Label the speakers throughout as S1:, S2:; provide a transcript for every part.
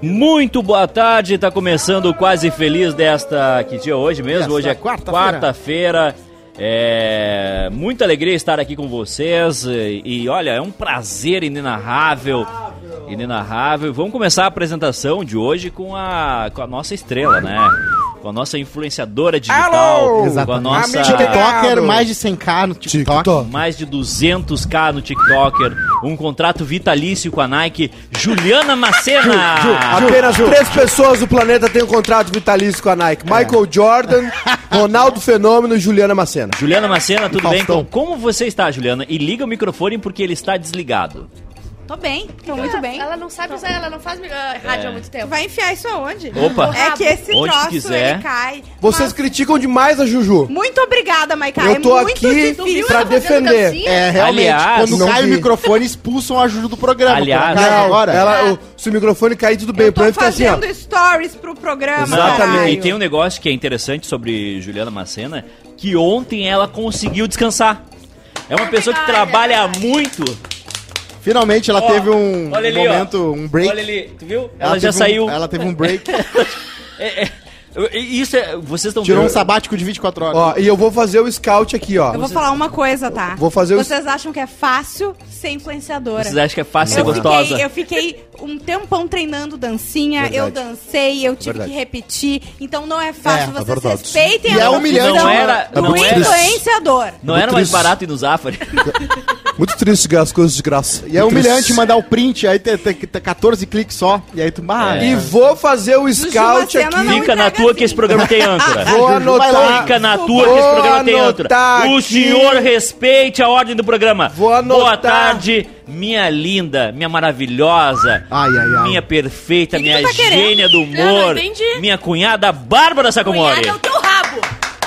S1: Muito boa tarde, tá começando o quase feliz desta. Que dia é hoje mesmo?
S2: Desta
S1: hoje é
S2: quarta-feira.
S1: quarta-feira. É muita alegria estar aqui com vocês e, e olha, é um prazer inenarrável. Inenarrável. Vamos começar a apresentação de hoje com a, com a nossa estrela, né? Com a nossa influenciadora digital,
S3: Alô!
S1: com a
S2: Exatamente.
S1: nossa
S2: TikToker, mais de 100k no TikTok.
S3: TikTok.
S1: mais de 200k no TikToker, um contrato vitalício com a Nike, Juliana Macena.
S3: Ah, Apenas três pessoas do planeta têm um contrato vitalício com a Nike: Michael Jordan, Ronaldo Fenômeno e Juliana Macena.
S1: Juliana Macena, tudo bem?
S3: Faustão.
S1: Então, como você está, Juliana? E liga o microfone porque ele está desligado.
S4: Tô bem, tô Então, muito bem.
S5: Ela não sabe usar, ela não faz ah, rádio há muito
S4: Tu
S5: tempo.
S4: vai enfiar isso aonde?
S1: Opa.
S4: É que esse
S1: Onde
S4: troço,
S1: quiser.
S4: ele cai.
S3: Vocês
S4: Mas
S3: criticam demais a Juju.
S4: Muito obrigada, Maiká.
S3: Eu tô
S4: é muito
S3: aqui
S4: difícil.
S3: pra
S5: ela fazendo
S3: defender.
S5: dancinha?
S2: É, realmente,
S1: Aliás,
S2: quando
S3: não
S2: cai
S3: vi.
S2: o microfone, expulsam a Juju do programa.
S1: Aliás,
S2: por acaso,
S3: Não,
S2: agora.
S3: ela- o- se o microfone cair, tudo bem.
S4: É. Eu
S3: O
S4: tô
S3: problema fica assim, ó.
S4: fazendo stories pro programa,
S3: Exatamente.
S4: caralho.
S1: E tem um negócio que é interessante sobre Juliana Macena, que ontem ela conseguiu descansar. É uma pessoa que
S5: verdade,
S1: trabalha
S5: é verdade.
S1: muito.
S2: Finalmente ela
S1: Ó,
S2: teve um
S1: olha ali,
S2: momento,
S1: ó.
S2: um break.
S1: Olha ali, tu viu? Ela, já
S2: teve um-
S1: saiu.
S2: ela teve um break,
S1: É, é, eu- isso é. Vocês estão
S2: tirou um
S1: vendo?
S2: sabático de 24 horas.
S3: Ó, E eu vou fazer o scout aqui, ó.
S4: Eu vou falar uma coisa, tá?
S3: Vou fazer os-
S4: Vocês acham que é fácil ser
S2: um
S4: influenciadora?
S1: Vocês acham que é fácil ser
S4: eu
S1: gostosa?
S4: fiquei, eu fiquei um tempão treinando dancinha,
S3: Verdade.
S4: eu dancei, eu tive
S3: Verdade.
S4: que repetir. Então não é fácil,
S2: É, é
S4: vocês
S3: verdade.
S4: respeitem
S2: E é
S4: a
S2: humilhante,
S4: profissão
S1: Não era-
S4: do
S1: não era-
S4: influenciador.
S1: Não era
S3: Muito
S1: mais
S3: triste.
S1: barato ir no Zafari?
S3: Muito triste ganhar as coisas de graça.
S2: E é humilhante mandar o print, aí tem, tem, tem 14 cliques só. E aí tu barra.
S1: É.
S3: E vou fazer o scout
S4: Macena
S3: aqui.
S4: não
S1: Fica na
S4: entrega
S1: tua que
S4: assim.
S1: esse programa tem âncora.
S3: Vou
S2: Juju, vai lá.
S3: anotar.
S1: Fica Tá na tua que esse
S3: Tá Vou
S1: programa tem outro.
S3: anotar
S1: O
S3: aqui.
S1: senhor respeite a ordem do programa.
S3: Vou anotar.
S1: Boa tarde, minha linda, minha maravilhosa,
S2: Ai, ai, ai.
S1: minha perfeita,
S4: Que que
S1: minha
S4: tu tá querendo?
S1: gênia do humor,
S5: não entendi.
S1: minha cunhada Bárbara Sacomori.
S5: Cunhada é o teu rabo.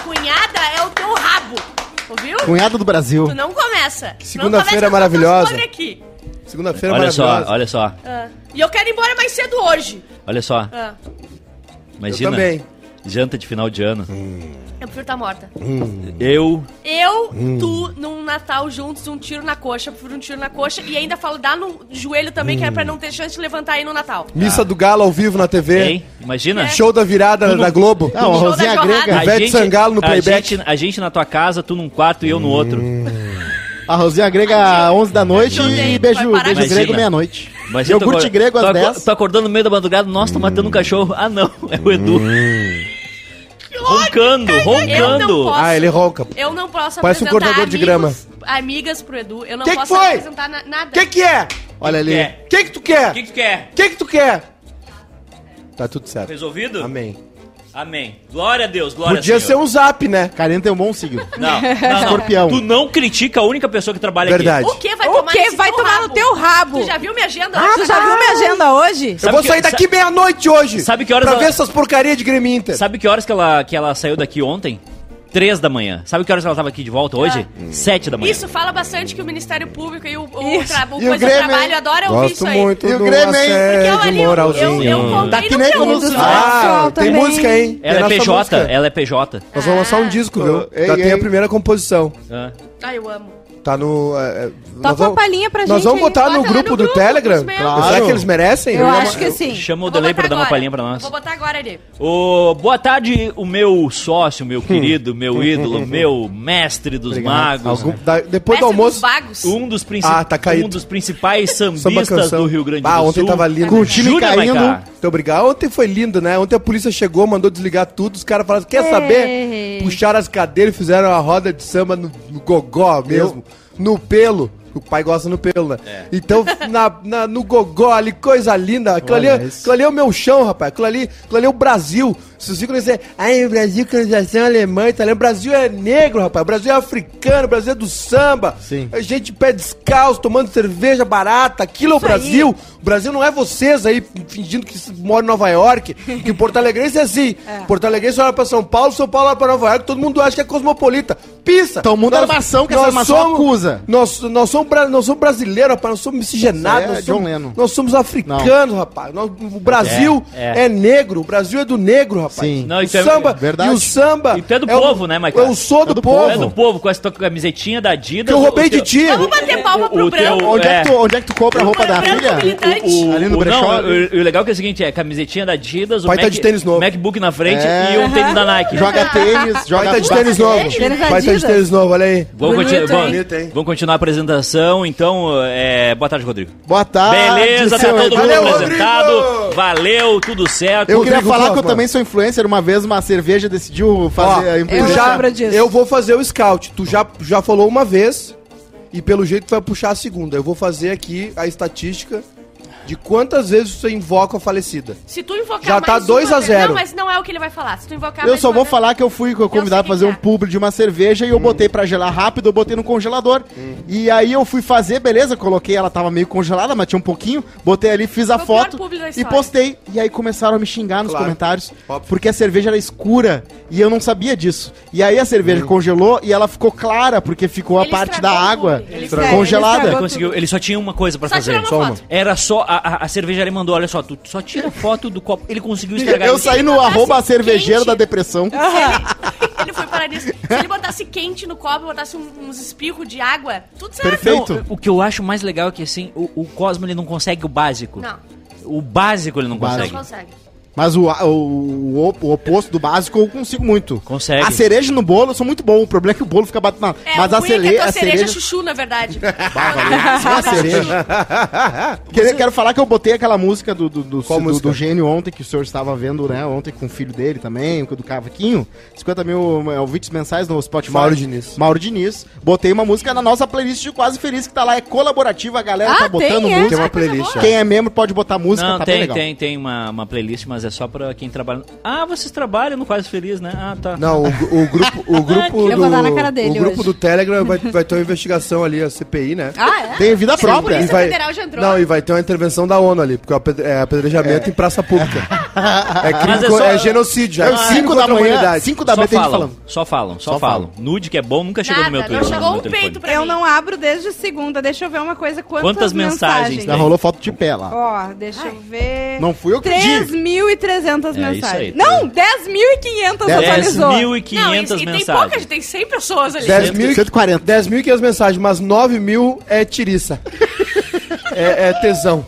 S5: Cunhada é o teu rabo. Ouviu?
S2: Cunhada do Brasil.
S5: Tu não começa. Tu não
S3: segunda-feira
S5: começa com essas
S3: maravilhosa.
S5: coisas aqui.
S3: Segunda-feira
S1: Olha só,
S3: maravilhosa.
S1: olha só,
S5: Ah, E eu quero ir embora mais cedo hoje.
S1: olha só.
S5: Ah,
S1: Imagina,
S3: também. Hum.
S1: janta de final de ano.
S5: Eu prefiro estar morta.
S1: Eu,
S5: Eu,
S3: Hum.
S5: tu, num Natal juntos, um tiro na coxa. Eu prefiro um tiro na coxa. E ainda falo, dá no joelho também, que é pra
S3: Hum.
S5: não ter chance de levantar aí no Natal.
S3: Missa do Galo ao vivo na TV.
S1: Ah. hein? Imagina.
S3: É. Show da virada da Globo.
S2: Não, uma
S5: Show da
S2: rosinha
S5: jornada.
S2: grega.
S3: Ivete Sangalo no
S1: a
S3: playback. Hum.
S1: gente- a gente na tua casa, tu num quarto e eu no outro.
S2: A rosinha grega 11 da noite e
S5: Imagina.
S2: beijo,
S5: Vai parar
S2: beijo
S1: de-
S2: grego
S1: Imagina.
S2: meia-noite.
S1: Mas
S2: Iogurte grego às
S1: tô, aco-
S2: 10.
S1: Tô acordando no meio da madrugada, nossa, tô matando um cachorro. Ah não, é o Edu. Hum. roncando,
S5: Eu não
S1: roncando.
S5: posso.
S3: Ah, ele ronca.
S5: Eu não posso
S3: Parece um
S5: apresentar
S3: cortador de grama.
S5: amigas pro Edu. Eu não
S3: Que que
S5: posso
S3: foi?
S5: apresentar na- nada.
S3: Que que é?
S2: Olha ali.
S1: É.
S3: Que que tu quer?
S1: O que que tu quer?
S3: Que que tu quer? Tá tudo certo.
S1: Resolvido?
S3: Amém.
S1: Amém. Glória a Deus, glória
S3: Podia
S1: a
S3: ser um zap, né?
S2: Carenta é um bom signo.
S1: Não, não, não.
S2: Escorpião.
S1: Tu não critica a única pessoa que trabalha
S3: Verdade.
S5: O que vai
S4: O
S5: tomar
S4: que
S5: nesse
S4: vai
S5: teu
S4: tomar
S5: rabo?
S4: no teu rabo?
S5: Tu já viu minha agenda? tá
S4: Ah, tu já viu minha agenda hoje?
S1: Sabe
S3: eu vou
S1: que-
S3: sair daqui meia-noite hoje.
S1: Sabe que horas
S3: Pra
S1: ela-
S3: ver essas porcaria de Grêmio
S1: aqui.
S3: Inter.
S1: Sabe que horas que ela, que ela saiu daqui ontem? Três da manhã. Sabe que horas que ela tava aqui de volta hoje? Sete da manhã.
S5: Ah. Isso, fala bastante que o Ministério Público e o, o,
S4: Isso.
S5: tra- o
S2: E o
S5: coisa do
S2: Grêmio, hein?
S5: trabalho adora ouvir isso
S3: Gosto
S5: aí.
S3: muito
S2: E o
S3: do
S2: Grêmio, hein?
S5: Porque eu
S3: assédio
S5: ali, eu, eu,
S3: moralzinho.
S5: eu contei
S2: Tá
S5: no
S2: que nem
S5: teu
S2: quando
S5: uso.
S2: os-
S3: Ah,
S4: Pessoal
S3: tem
S4: também.
S3: música, hein? Tem
S1: Ela é
S3: nossa
S1: PJ,
S3: música.
S1: ela é PJ.
S3: Nós vamos lançar um disco, viu?
S2: Ah. Ei,
S3: Já tem a
S2: ei.
S3: primeira composição.
S1: Ah.
S5: Ai, eu amo.
S3: Tá no... é, é, nós
S4: Toca
S3: vamos-
S4: uma palhinha pra
S3: Nós
S4: gente.
S3: vamos
S4: aí.
S3: botar
S5: Bota
S3: no
S5: lá
S3: grupo
S5: no
S3: do
S5: grupo,
S3: Telegram?
S5: dos membros.
S3: Será que eles merecem?
S4: Eu
S3: ia-
S4: acho que sim.
S1: Chama o
S5: Eu vou
S1: delay
S5: botar
S1: pra dar uma
S5: agora.
S1: palhinha pra nós.
S5: Eu vou botar agora ali.
S1: Ô, boa tarde, o meu sócio, meu querido, meu ídolo, meu mestre dos magos.
S3: Algum- da- depois do
S5: Mestre
S3: almoço...
S5: dos vagos.
S1: Um dos, princi-
S3: Ah, tá caído.
S1: um dos principais
S3: Samba
S1: sambistas
S3: canção.
S1: do Rio Grande do
S3: Ah,
S1: Sul.
S3: ontem tava lindo.
S2: Com o time
S1: Júlia
S2: caindo.
S1: Maiká.
S3: Muito obrigado. Ontem foi lindo, né? Ontem a polícia chegou, mandou desligar tudo. Os caras falaram:
S2: É.
S3: quer saber?
S4: Ei.
S3: Puxaram as cadeiras e fizeram uma roda de samba no, no gogó mesmo. No pelo. O pai gosta no pelo, né?
S1: É.
S3: Então, na, na- no gogó ali, coisa linda. Aquilo ali,
S2: Olha isso.
S3: aquilo ali é o meu chão, rapaz. Aquilo ali, aquilo ali é o Brasil. Vocês ficam dizendo, é, ai, o Brasil, colonização alemã, italiana. O Brasil é negro, rapaz. O Brasil é africano, o Brasil é do samba.
S2: Sim.
S3: A gente pé descalço, tomando cerveja barata. Aquilo é o
S4: Isso aí.
S3: Brasil. O Brasil não é vocês aí fingindo que mora em Nova York, que Porto Alegrense é assim. Porto Alegrense olha pra São Paulo, São Paulo olha pra Nova York, todo mundo acha que é cosmopolita. Pisa!
S2: Então muda a armação, que essa armação acusa.
S3: Nós, nós, somos, bra- nós somos brasileiros, rapaz, nós somos miscigenados.
S2: Isso é
S3: nós, somos,
S2: John Lennon.
S3: nós somos africanos, rapaz. Nós- o Brasil
S1: É,
S3: é,
S1: é.
S3: negro, o Brasil é do negro, rapaz. rapaz.
S2: Sim.
S1: Não,
S3: o
S1: isso é-
S3: samba,
S2: verdade.
S3: E o samba.
S1: E tu é do
S3: o-
S1: povo, né, Maica?
S3: Eu sou
S2: É
S3: do,
S2: do
S3: povo.
S2: povo.
S1: É do povo, com essa tua camisetinha da Dida.
S3: Que eu roubei
S1: o teu-
S3: de ti.
S5: Vamos bater palma pro
S1: O teu-
S5: branco.
S2: Onde é. que
S1: É.
S2: tu, onde é que tu compra a roupa da
S5: Branco
S2: filha?
S5: militante.
S1: O,
S3: Tá
S2: Ali no
S1: o-
S2: brechó,
S1: não,
S2: ali.
S1: o, o legal é que é o seguinte, é camisetinha da Adidas, o
S3: Vai tá de tênis novo.
S1: MacBook na frente
S2: É.
S1: e um tênis da Nike.
S2: Joga tênis, joga
S3: Vai tá de tênis novo.
S4: Tênis
S3: Vai tá de
S4: Adidas.
S3: tênis novo, olha aí.
S1: Vamos,
S5: Bonito,
S1: continu-
S5: hein?
S1: vamos-
S3: Bonito, hein?
S1: vamos continuar a apresentação, então, é, boa tarde, Rodrigo.
S2: Boa tarde,
S1: Beleza, tá
S2: seu
S1: todo mundo
S2: Edu.
S3: Ah, Valeu, Rodrigo!
S1: apresentado, valeu, tudo certo.
S2: Eu
S3: Rodrigo
S2: queria falar que eu
S3: Kaufmann.
S2: também sou influencer. Uma vez uma cerveja decidiu
S3: Ó,
S2: fazer a
S3: tu
S4: Eu
S2: empresa.
S3: já,
S4: lembro disso.
S3: eu vou fazer o scout. Tu já, já falou uma vez e pelo jeito tu vai puxar a segunda. Eu vou fazer aqui a estatística de quantas vezes você invoca a falecida.
S5: Se tu invocar
S3: Já tá
S5: mais
S3: dois
S5: uma
S3: a
S5: vez-
S3: zero.
S5: Não, mas não é o que ele vai falar. Se tu invocar
S2: Eu
S5: mais
S2: só
S5: uma
S2: vou
S5: vez-
S2: falar que eu fui convidado
S5: sei
S2: pra fazer um
S5: ligar.
S2: publi de uma cerveja e
S3: Hum.
S2: eu botei pra gelar rápido, eu botei no congelador. E aí eu fui fazer, beleza, coloquei, ela tava meio congelada, mas tinha um pouquinho, botei ali, fiz a
S5: Foi o pior
S2: foto
S5: publi da
S2: e
S5: história.
S2: postei. E aí começaram a me xingar nos
S3: Claro.
S2: comentários,
S3: Óbvio.
S2: porque a cerveja era escura e eu não sabia disso. E aí a cerveja
S3: Hum.
S2: congelou e ela ficou clara, porque ficou a
S5: Ele
S2: parte da
S5: estragou o
S2: água
S5: publi, ele
S4: estragou.
S2: congelada.
S1: Ele conseguiu, ele só tinha uma coisa pra
S5: Só
S1: fazer.
S5: tirar uma foto.
S1: Era só, a, a, a cervejaria mandou, olha só, tu só tira foto do copo, ele conseguiu estragar
S2: Eu
S1: isso.
S2: saí no
S5: botasse
S2: arroba
S5: assim, quente-
S2: cervejeiro da depressão.
S5: Ele foi parar nisso. Se ele botasse quente no copo, botasse um- uns espirros de água, tudo certo.
S2: Perfeito.
S1: O que eu acho mais legal é que, assim, o, o Cosmo, ele não consegue o básico.
S5: Não,
S1: O básico ele não
S5: não
S1: consegue.
S5: consegue.
S2: Mas o, o, o op- o oposto do básico eu consigo muito.
S1: Consegue.
S2: A cereja no bolo eu sou muito bom. O problema é que o bolo fica batendo. na-
S5: É,
S2: Mas
S5: o
S2: a,
S5: ruim é que
S2: cele,
S5: a tua
S2: a
S5: cereja é
S2: cereja.
S5: chuchu, na verdade.
S2: a cereja. Quero, quero falar que eu botei aquela música do, do, do,
S3: Qual
S2: do-
S3: música?
S2: do gênio ontem, que o senhor estava vendo, né? Ontem com o filho dele também, do Cavaquinho. 50 mil é, ouvintes mensais no Spotify.
S3: Mauro Diniz.
S2: Mauro Diniz. Botei uma música na nossa playlist de Quase Feliz, que tá lá, é colaborativa, a galera
S4: Ah,
S2: tá botando
S4: tem, é?
S2: música.
S3: Tem uma
S5: Ai, coisa
S3: playlist.
S5: boa.
S3: é.
S2: Quem é membro pode botar música,
S1: Não,
S2: tá bem
S1: tem,
S2: legal.
S1: tem, tem uma, uma playlist, mas é só pra quem trabalha. Ah, vocês trabalham no Quase Feliz, né? Ah, tá.
S3: Não, o, o grupo, o grupo
S4: Eu vou dar na
S3: do-
S4: cara dele
S3: o grupo
S4: hoje.
S3: do Telegram vai, vai ter uma investigação ali, a CPI, né?
S4: Ah, é?
S2: Tem vida própria.
S5: Polícia Federal já entrou.
S3: Não, e vai ter uma intervenção da ONU ali, porque é apedre- é apedrejamento em praça pública. É, crime
S1: Mas é
S3: co-
S1: só-
S3: é genocídio.
S2: É
S3: É
S2: o 5
S3: crime
S2: da
S3: contra a
S2: manhã,
S3: humanidade.
S2: 5 da
S1: só
S2: manhã tem gente
S1: falam,
S2: falando.
S1: só falam, só,
S2: Só
S1: falam. Nude que é bom nunca chegou
S5: Nada,
S1: no meu
S5: não
S1: Twitter.
S5: chegou
S1: no meu
S5: um
S1: telefone.
S5: peito pra
S4: Eu
S5: mim.
S4: não abro desde segunda. Deixa eu ver uma coisa. Quantas,
S1: Quantas mensagens?
S2: Já rolou foto de pé lá.
S4: Ó, deixa eu ver.
S2: Não fui eu que pedi.
S4: 3.300
S1: É,
S4: mensagens.
S1: isso aí.
S4: Não, 10.500 atualizou.
S1: 10.500
S5: e, e tem pouca,
S1: mensagens.
S5: gente, tem 100 pessoas ali.
S3: Dez mil e-
S2: 140.
S3: 10.500 mensagens, mas 9 mil é tiriça. é, é tesão.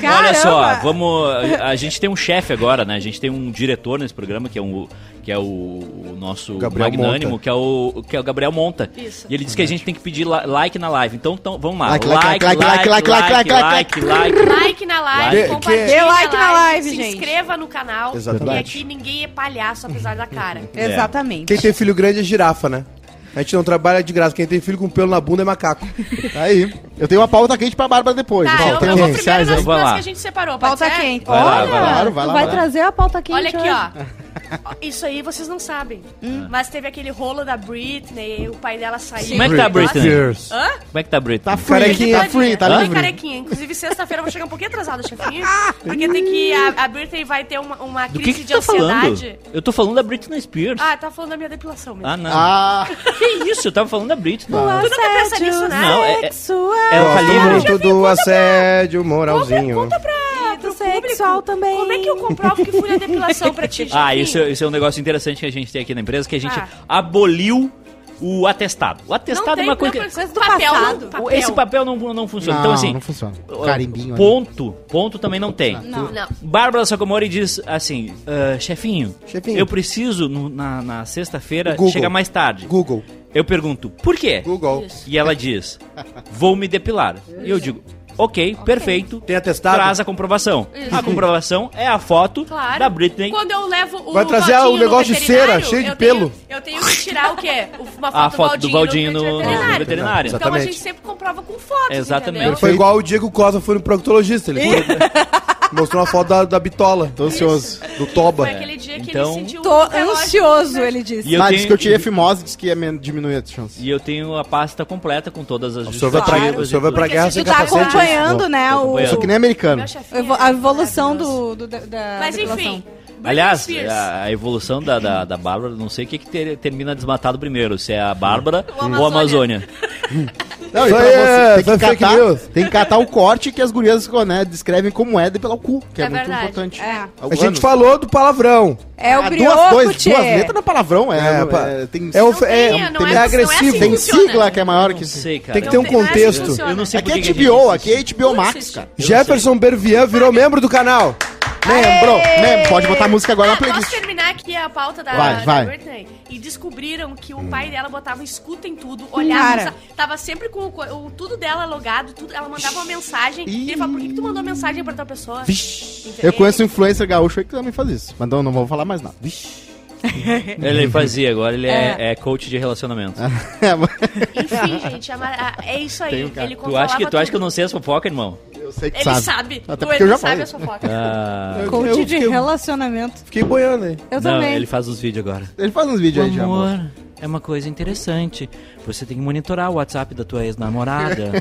S4: Caramba.
S1: Olha só, vamos. A, a gente tem um chefe agora, né? A gente tem um diretor nesse programa que é um que é o, o nosso
S3: Gabriel
S1: magnânimo,
S3: Monta.
S1: que é o que é o Gabriel Monta.
S5: Isso.
S1: E ele disse que a gente tem que pedir la- like na live. Então, então, vamos lá.
S2: Like, like, like, like, like, like, like,
S1: like, like, like.
S5: Like na live,
S1: Like.
S5: compartilha
S4: Dê
S5: a
S4: like na live,
S5: se
S4: gente.
S5: inscreva no canal.
S3: Exatamente.
S5: E aqui ninguém é palhaço, apesar da cara.
S4: Exatamente.
S3: Quem tem filho grande é girafa, né? A gente não trabalha de graça. Quem tem filho com pelo na bunda é macaco.
S2: Tá Aí. Eu tenho uma pauta quente pra Bárbara depois.
S5: Tá,
S2: Ó,
S5: eu,
S2: tem
S5: eu
S2: uns
S5: vou
S2: iniciais
S5: primeiro
S1: aí.
S5: nas
S1: Vai
S5: duas
S1: lá.
S5: que a gente separou, pode
S4: Pauta
S5: ser?
S4: quente.
S1: Vai lá,
S4: Olha,
S1: vai lá.
S2: Claro, vai
S4: tu
S2: lá,
S4: vai
S2: vai lá.
S4: trazer a pauta quente
S5: Olha aqui,
S4: hoje.
S5: ó. Isso aí vocês não sabem.
S2: Hum.
S5: Mas teve aquele rolo da Britney, o pai dela saiu.
S1: Como é que tá a Britney?
S3: Spears.
S5: Hã?
S1: Como é que tá, Britney?
S2: Tá free,
S3: Carequinha.
S2: tá free, tá
S5: Oi,
S2: livre.
S5: é carequinha. Inclusive, sexta-feira eu vou chegar um pouquinho atrasada, chefinha. Porque tem que. A, a Britney vai ter uma, uma
S1: Do que,
S5: crise
S1: que
S5: de
S1: tu tá falando?
S5: ansiedade.
S1: Eu tô falando da Britney Spears.
S5: Ah, tá falando da minha depilação mesmo.
S1: Ah, não.
S2: Ah,
S1: Que isso? Eu tava falando da Britney.
S5: Tu nunca pensa
S4: Assédio
S5: nisso, né?
S1: Não, é- é-
S4: sexual.
S1: Ela tá
S3: Gosto
S1: livre.
S3: muito do assédio moralzinho.
S5: Conta pra, pro
S4: sexual
S5: público.
S4: também.
S5: Como é que eu comprovo que fui na depilação pra ti,
S1: Ah,
S5: chefinha?
S1: isso, isso é um negócio interessante que a gente tem aqui na empresa, que a gente
S5: Ah.
S1: aboliu o atestado. O
S5: Não
S1: atestado
S5: tem,
S1: é uma coisa
S5: não,
S1: que...
S5: coisa do
S4: Papel,
S5: papel,
S4: não.
S5: não, papel.
S1: Esse papel não, não funciona.
S2: Não,
S1: então, assim...
S2: não funciona.
S1: o-
S2: Carimbinho ali.
S1: Ponto. Ponto também não tem.
S5: Não, não.
S1: Bárbara Sacomori diz assim, "Ah, chefinho,
S3: Chefinho.
S1: eu preciso no- na, na sexta-feira
S3: Google.
S1: chegar mais tarde.
S3: Google.
S1: Eu pergunto, por quê?
S3: Google.
S1: E ela diz, vou me depilar. E eu digo, ok, perfeito.
S3: Tem atestado?
S1: Traz a comprovação. A comprovação é a foto
S5: Claro.
S1: da Britney.
S5: Quando eu levo o
S3: Vai trazer
S5: Valdinho
S3: o negócio
S5: no
S3: de cera,
S5: veterinário,
S3: cheio de
S5: eu tenho-
S3: pelo.
S5: eu tenho que tirar o quê? Uma foto,
S1: Ah, A foto do Valdinho no, no
S5: veterinário.
S1: veterinário.
S3: Exatamente.
S5: Então a gente sempre comprova com fotos,
S1: Exatamente.
S5: entendeu?
S3: Foi igual o Diego Costa foi no proctologista. Ele né? mostrou uma foto da, da bitola,
S2: tô ansioso.
S3: do toba.
S5: Foi aquele dia que
S1: Então-
S5: ele sentiu
S4: Tô
S5: o relógio,
S4: ansioso,
S5: né?
S4: ele disse.
S1: E eu
S2: Mas
S1: tenho- um
S2: disse que eu tirei é fimose, disse que ia men- diminuir a chance.
S1: E eu tenho a pasta completa com todas as
S3: O senhor vai pra,
S1: justificativas
S3: o
S1: e
S3: senhor vai pra
S1: tudo.
S3: guerra
S4: Tu
S3: sem
S4: tá
S3: capacete.
S4: acompanhando, né,
S1: Tô
S4: o,
S1: acompanhando.
S2: Sou que nem americano.
S5: Meu chefinho
S4: evo-
S5: é
S4: a evolução
S5: maravilhoso.
S4: do, do- da, da
S5: Mas
S4: depilação.
S5: enfim, Britney
S1: Aliás,
S5: Spears.
S1: a a evolução da, da, da Bárbara, não sei o que, que ter- termina desmatado primeiro, se é a Bárbara
S5: Ou a
S1: ou a Amazônia.
S2: Não, e
S3: Isso
S2: pra
S3: aí é-
S2: você,
S3: isso
S2: tem,
S3: é
S2: que
S3: fake
S2: catar,
S3: news.
S2: tem que catar o corte que as gurias né, descrevem como é de pelo cu, que é,
S5: É
S2: muito
S5: verdade.
S2: importante.
S4: É.
S3: A gente falou do palavrão.
S4: É o
S2: Ah,
S4: brioco,
S2: duas, dois,
S4: tchê.
S2: duas letras não é palavrão, é,
S3: É, pá.
S2: é, tem,
S3: É,
S2: é,
S3: o- é,
S5: tem, não
S3: tem-
S5: é-
S3: é
S5: não é
S3: agressivo.
S5: assim
S2: tem
S5: funciona.
S2: sigla que é maior que
S1: Não
S2: isso.
S1: sei, cara.
S3: Tem que ter um
S5: Não não é assim que
S3: contexto.
S5: funciona.
S1: Eu não sei
S2: Aqui
S1: por que
S2: é
S1: que a gente
S2: HBO,
S1: insiste.
S2: aqui é HBO Max,
S5: Putz.
S2: cara.
S3: Jefferson Bervian virou membro do canal.
S2: Lembrou,
S4: Aê!
S2: lembra, pode botar a música agora
S5: Ah,
S2: na playlist.
S5: posso terminar aqui a pauta da,
S2: Vai,
S5: da
S2: vai. Hum.
S5: Britney? E descobriram que o pai dela botava escuta em tudo, olhava,
S4: Hum, Cara.
S5: sa- tava sempre com o, co- o tudo dela logado, tudo, ela mandava uma mensagem. E ele falava, por que, que tu mandou mensagem pra tal pessoa? Entendeu?
S2: Eu conheço um influencer gaúcho aí que também faz isso, mas não, não vou falar mais nada.
S1: Ele fazia agora, ele é, é coach de relacionamento.
S2: É,
S5: Enfim, gente, é ma- ah, é isso aí.
S2: Tem um cara.
S5: ele
S1: tu acha que, tu
S5: controlava
S1: acha que eu
S5: tudo.
S1: não sei as fofocas, irmão?
S2: eu sei que
S5: Ele sabe.
S2: Até
S5: Tu-
S2: porque eu já
S5: ele
S2: falei.
S5: sabe
S2: É.
S5: a fofoca.
S1: Ah,
S3: Eu-
S4: Coach
S3: eu
S4: de
S3: fiquei-
S4: relacionamento.
S3: Fiquei boiando aí.
S4: Eu
S1: não,
S4: também.
S1: ele faz uns vídeos agora.
S2: Ele faz uns vídeos aí de amor.
S6: Amor, é uma coisa interessante. Você tem que monitorar o WhatsApp da tua ex-namorada,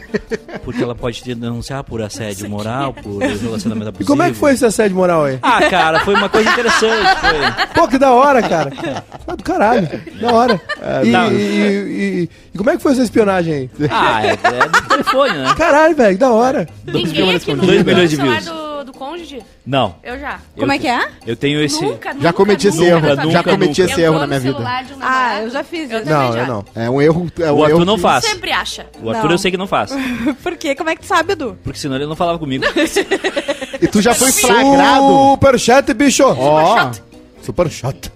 S6: porque ela pode te denunciar por assédio moral, por relacionamento abusivo.
S3: E como é que foi esse assédio moral aí?
S1: Ah, cara, foi uma coisa interessante. Foi.
S3: Pô, que da hora, cara. Ah, do caralho. Da hora.
S2: É,
S3: E,
S1: tá.
S3: e- e- e como é que foi essa espionagem aí?
S1: Ah, é, é do telefone, né?
S3: Caralho, velho, que da hora.
S5: Ninguém aqui nunca
S1: Dois milhões de
S5: usou o
S1: views.
S5: celular do, do cônjuge?
S1: Não.
S5: Eu já.
S4: Como
S1: Eu-
S4: é que é?
S1: Eu tenho esse.
S5: Nunca, nunca,
S2: Já cometi esse
S5: nunca
S2: erro,
S5: na sua
S2: já
S5: vida.
S2: cometi esse
S5: Entrou
S2: erro
S5: no
S2: na minha vida.
S5: celular de um
S4: Ah,
S5: namorado.
S4: eu já fiz
S5: Eu
S4: isso.
S5: também
S3: Não,
S5: já.
S3: eu não.
S2: É um erro. É um
S1: O Arthur
S2: erro
S1: não
S2: que-
S1: faz.
S5: Sempre acha.
S1: O Arthur
S4: Não.
S1: eu sei que não faz.
S4: Por quê? Como é que tu sabe, Edu?
S1: Porque senão ele não falava comigo.
S2: E tu já foi flagrado.
S3: Superchat, bicho.
S2: Ó,
S3: Superchat.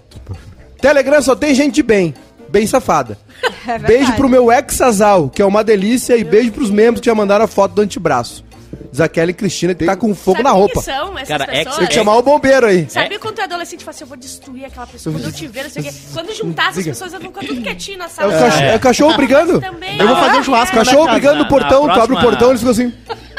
S3: Telegram só tem gente de bem. Bem safada.
S4: É
S3: Beijo pro meu ex-sasal, que é uma delícia, e beijo pros membros que já mandaram a foto do antebraço. Diz a Kelly Cristina que tá com fogo
S5: Sabe
S3: na
S5: quem
S3: roupa.
S5: são essas
S1: Cara, ex-
S5: pessoas?
S3: Tem que chamar o bombeiro aí.
S5: Sabe quando tu é adolescente e fala assim, eu vou destruir aquela pessoa, quando eu te ver, não sei o quê. Quando juntar essas pessoas, eu vou ficar tudo quietinho na
S3: É o,
S5: sala.
S3: cachorro, é o cachorro brigando?
S5: Também.
S2: eu vou fazer um
S4: Ah.
S2: churrasco. na
S3: Cachorro
S2: minha casa.
S3: brigando
S1: Na-
S3: no portão,
S1: na
S3: tu abre o
S1: próxima-
S3: portão, eles ficam assim.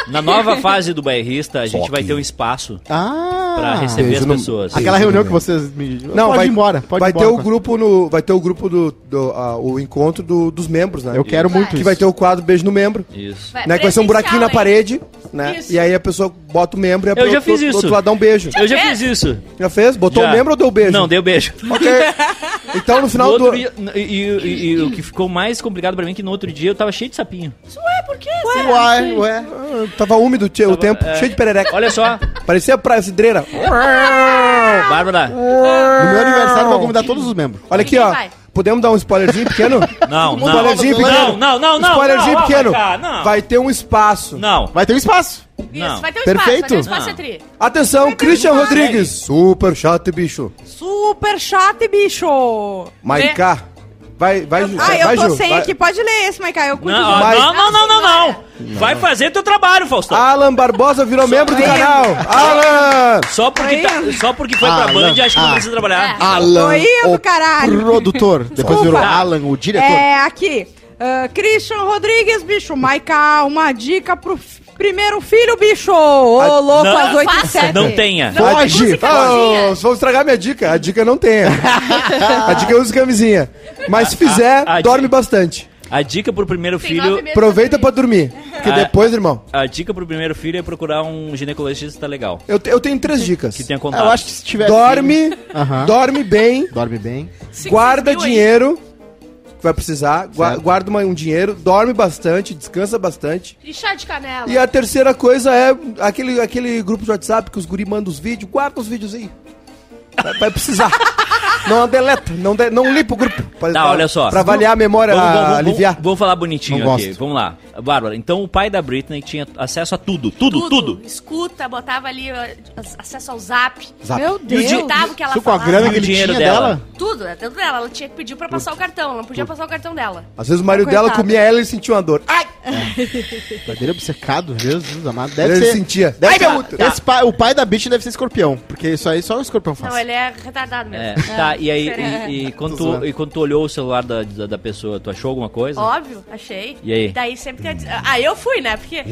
S1: Na nova fase do bairrista, a gente vai ter um espaço
S2: Ah,
S1: pra receber
S3: beijo
S1: as
S3: no-
S1: pessoas.
S2: Aquela reunião que vocês me.
S3: Não,
S2: pode
S3: vai
S2: ir embora. Pode
S3: vai
S2: ir embora. tá.
S3: ter o grupo no, vai ter o grupo do, do- ah, o encontro do- dos membros, né?
S2: Eu quero muito
S3: que
S2: isso.
S3: vai ter o quadro beijo no membro,
S1: Isso.
S3: né? Que vai ser um buraquinho na
S5: presencial, é. hein?
S3: parede, né?
S5: Isso.
S3: E aí a pessoa bota o membro e a
S1: Eu já
S3: do-
S1: fiz
S3: do
S1: isso.
S3: outro lado dá um beijo.
S1: Eu já
S5: fez?
S1: fiz isso.
S3: Já fez? Botou
S1: Já.
S3: o membro ou deu beijo?
S1: Não, deu beijo.
S3: Ok. Então no
S1: No
S3: final do
S1: outro dia- e, e- e o que ficou mais complicado pra mim é que no outro dia eu tava cheio de sapinho.
S5: Ué, por quê? Será?
S3: Uai, ué. Ah, Tava úmido tio, o tempo,
S1: é.
S3: cheio de perereca.
S1: Olha só,
S3: Parecia praia cidreira. É.
S1: Bárbara.
S2: No meu aniversário eu vou convidar todos os membros.
S3: Olha aqui,
S5: Ninguém
S3: ó.
S5: vai.
S3: Podemos dar um spoilerzinho pequeno? Um
S1: Não, não.
S3: Spoilerzinho pequeno.
S1: Não, não, não, não.
S3: Spoilerzinho
S1: não,
S3: pequeno.
S1: Não, não.
S3: Vai ter um espaço.
S1: não.
S2: Vai ter um espaço.
S5: Isso,
S1: Não.
S5: vai ter um
S2: Perfeito.
S5: espaço, vai ter um espaço
S1: Não.
S5: entre.
S3: Atenção, Christian Rodrigues. Super chato, bicho.
S4: é Super chato, bicho.
S3: Maiká. Vai, vai, Ju.
S4: Ah,
S3: vai,
S4: eu tô
S3: Ju.
S4: sem
S3: Vai.
S4: aqui. Pode ler esse, Maica. Eu curto
S1: Não, ó,
S3: Mas-
S1: não, não, não, não, não. Vai fazer teu trabalho, Faustão.
S3: Alan Barbosa virou membro do canal. Alan!
S1: Só porque,
S4: Aí,
S1: tá- só porque foi pra
S2: Ah,
S1: Band,
S2: não.
S1: acho que não
S2: Ah.
S1: precisa
S5: É.
S1: trabalhar.
S4: Tô
S2: Alan.
S4: indo,
S2: o
S4: caralho.
S2: Produtor. Depois virou Alan, o diretor.
S4: É, aqui. Ah, Christian Rodrigues, bicho. Maica, uma dica pro f- primeiro filho, bicho. Ô,
S3: Ah,
S4: louco,
S1: não.
S4: às 8 e
S5: Faça.
S4: 7.
S1: Não tenha.
S5: Não,
S3: Foge!
S5: música
S3: Ah,
S5: sozinha.
S3: Vocês vão estragar minha dica. A dica não tem. A dica eu uso camisinha. Mas se fizer,
S1: a- a
S3: dorme
S1: dica-
S3: bastante.
S1: A dica pro primeiro
S5: Tem nove
S1: filho.
S5: meses
S3: Aproveita pra dormir. Porque
S1: Ah.
S3: depois, irmão,
S1: A dica pro primeiro filho é procurar um ginecologista legal.
S3: eu, te- eu tenho três dicas.
S1: Que um tenha
S2: Ah,
S1: contato.
S2: Eu acho que se tiver.
S3: Dorme,
S2: Aham.
S3: dorme bem,
S2: Dorme bem.
S5: Cinco,
S3: guarda
S5: seis mil aí.
S3: dinheiro, que vai precisar, gua-
S2: Certo.
S3: guarda uma- um dinheiro, dorme bastante, descansa bastante.
S5: E chá de
S4: Ah,
S5: canela.
S3: E a terceira coisa é aquele, aquele grupo de WhatsApp que os guri mandam os vídeos, guarda os vídeos aí. Vai, vai precisar. não deleta, não, de- não limpa o grupo. Pra,
S1: Tá,
S3: pra-
S1: olha só.
S3: Pra avaliar a memória,
S1: Vamos, vamos, vamos,
S3: aliviar.
S1: Vamos, vamos falar bonitinho
S2: Não
S1: aqui.
S2: gosto.
S1: Vamos lá. Bárbara, então o pai da Britney tinha acesso a tudo, tudo, tudo.
S5: Escuta, botava ali ó, ac- acesso ao zap.
S3: Zap.
S4: Meu
S5: E
S4: Deus.
S5: digitava o que ela
S2: Tu com a
S5: falava.
S2: grana
S1: E o
S2: que ele
S1: dinheiro
S2: tinha
S1: dela?
S2: dela?
S5: Tudo, é tudo dela. Ela tinha que pedir pra passar o cartão. Ela não podia passar o cartão dela.
S3: Às vezes o marido
S4: Coitado. Ah.
S3: dela comia ela e sentia uma dor. Ai!
S2: Mas ele é obcecado, Jesus amado. Deve
S3: Ele
S2: ser.
S3: sentia.
S2: Deve
S3: Ai,
S2: ser-
S3: meu útero.
S2: esse pai- o pai da Bitch deve ser escorpião. Porque isso aí só o escorpião faz.
S5: Não, ele é retardado mesmo.
S1: É, tá, e aí,
S4: É.
S1: e, e quando
S2: Tô zoando.
S1: tu, e quando tu olhou o celular da, da, da pessoa, tu achou alguma coisa?
S5: Óbvio, achei.
S1: E aí? Hum.
S5: Daí sempre que eu diz- Ah, eu fui, né? Porque. é,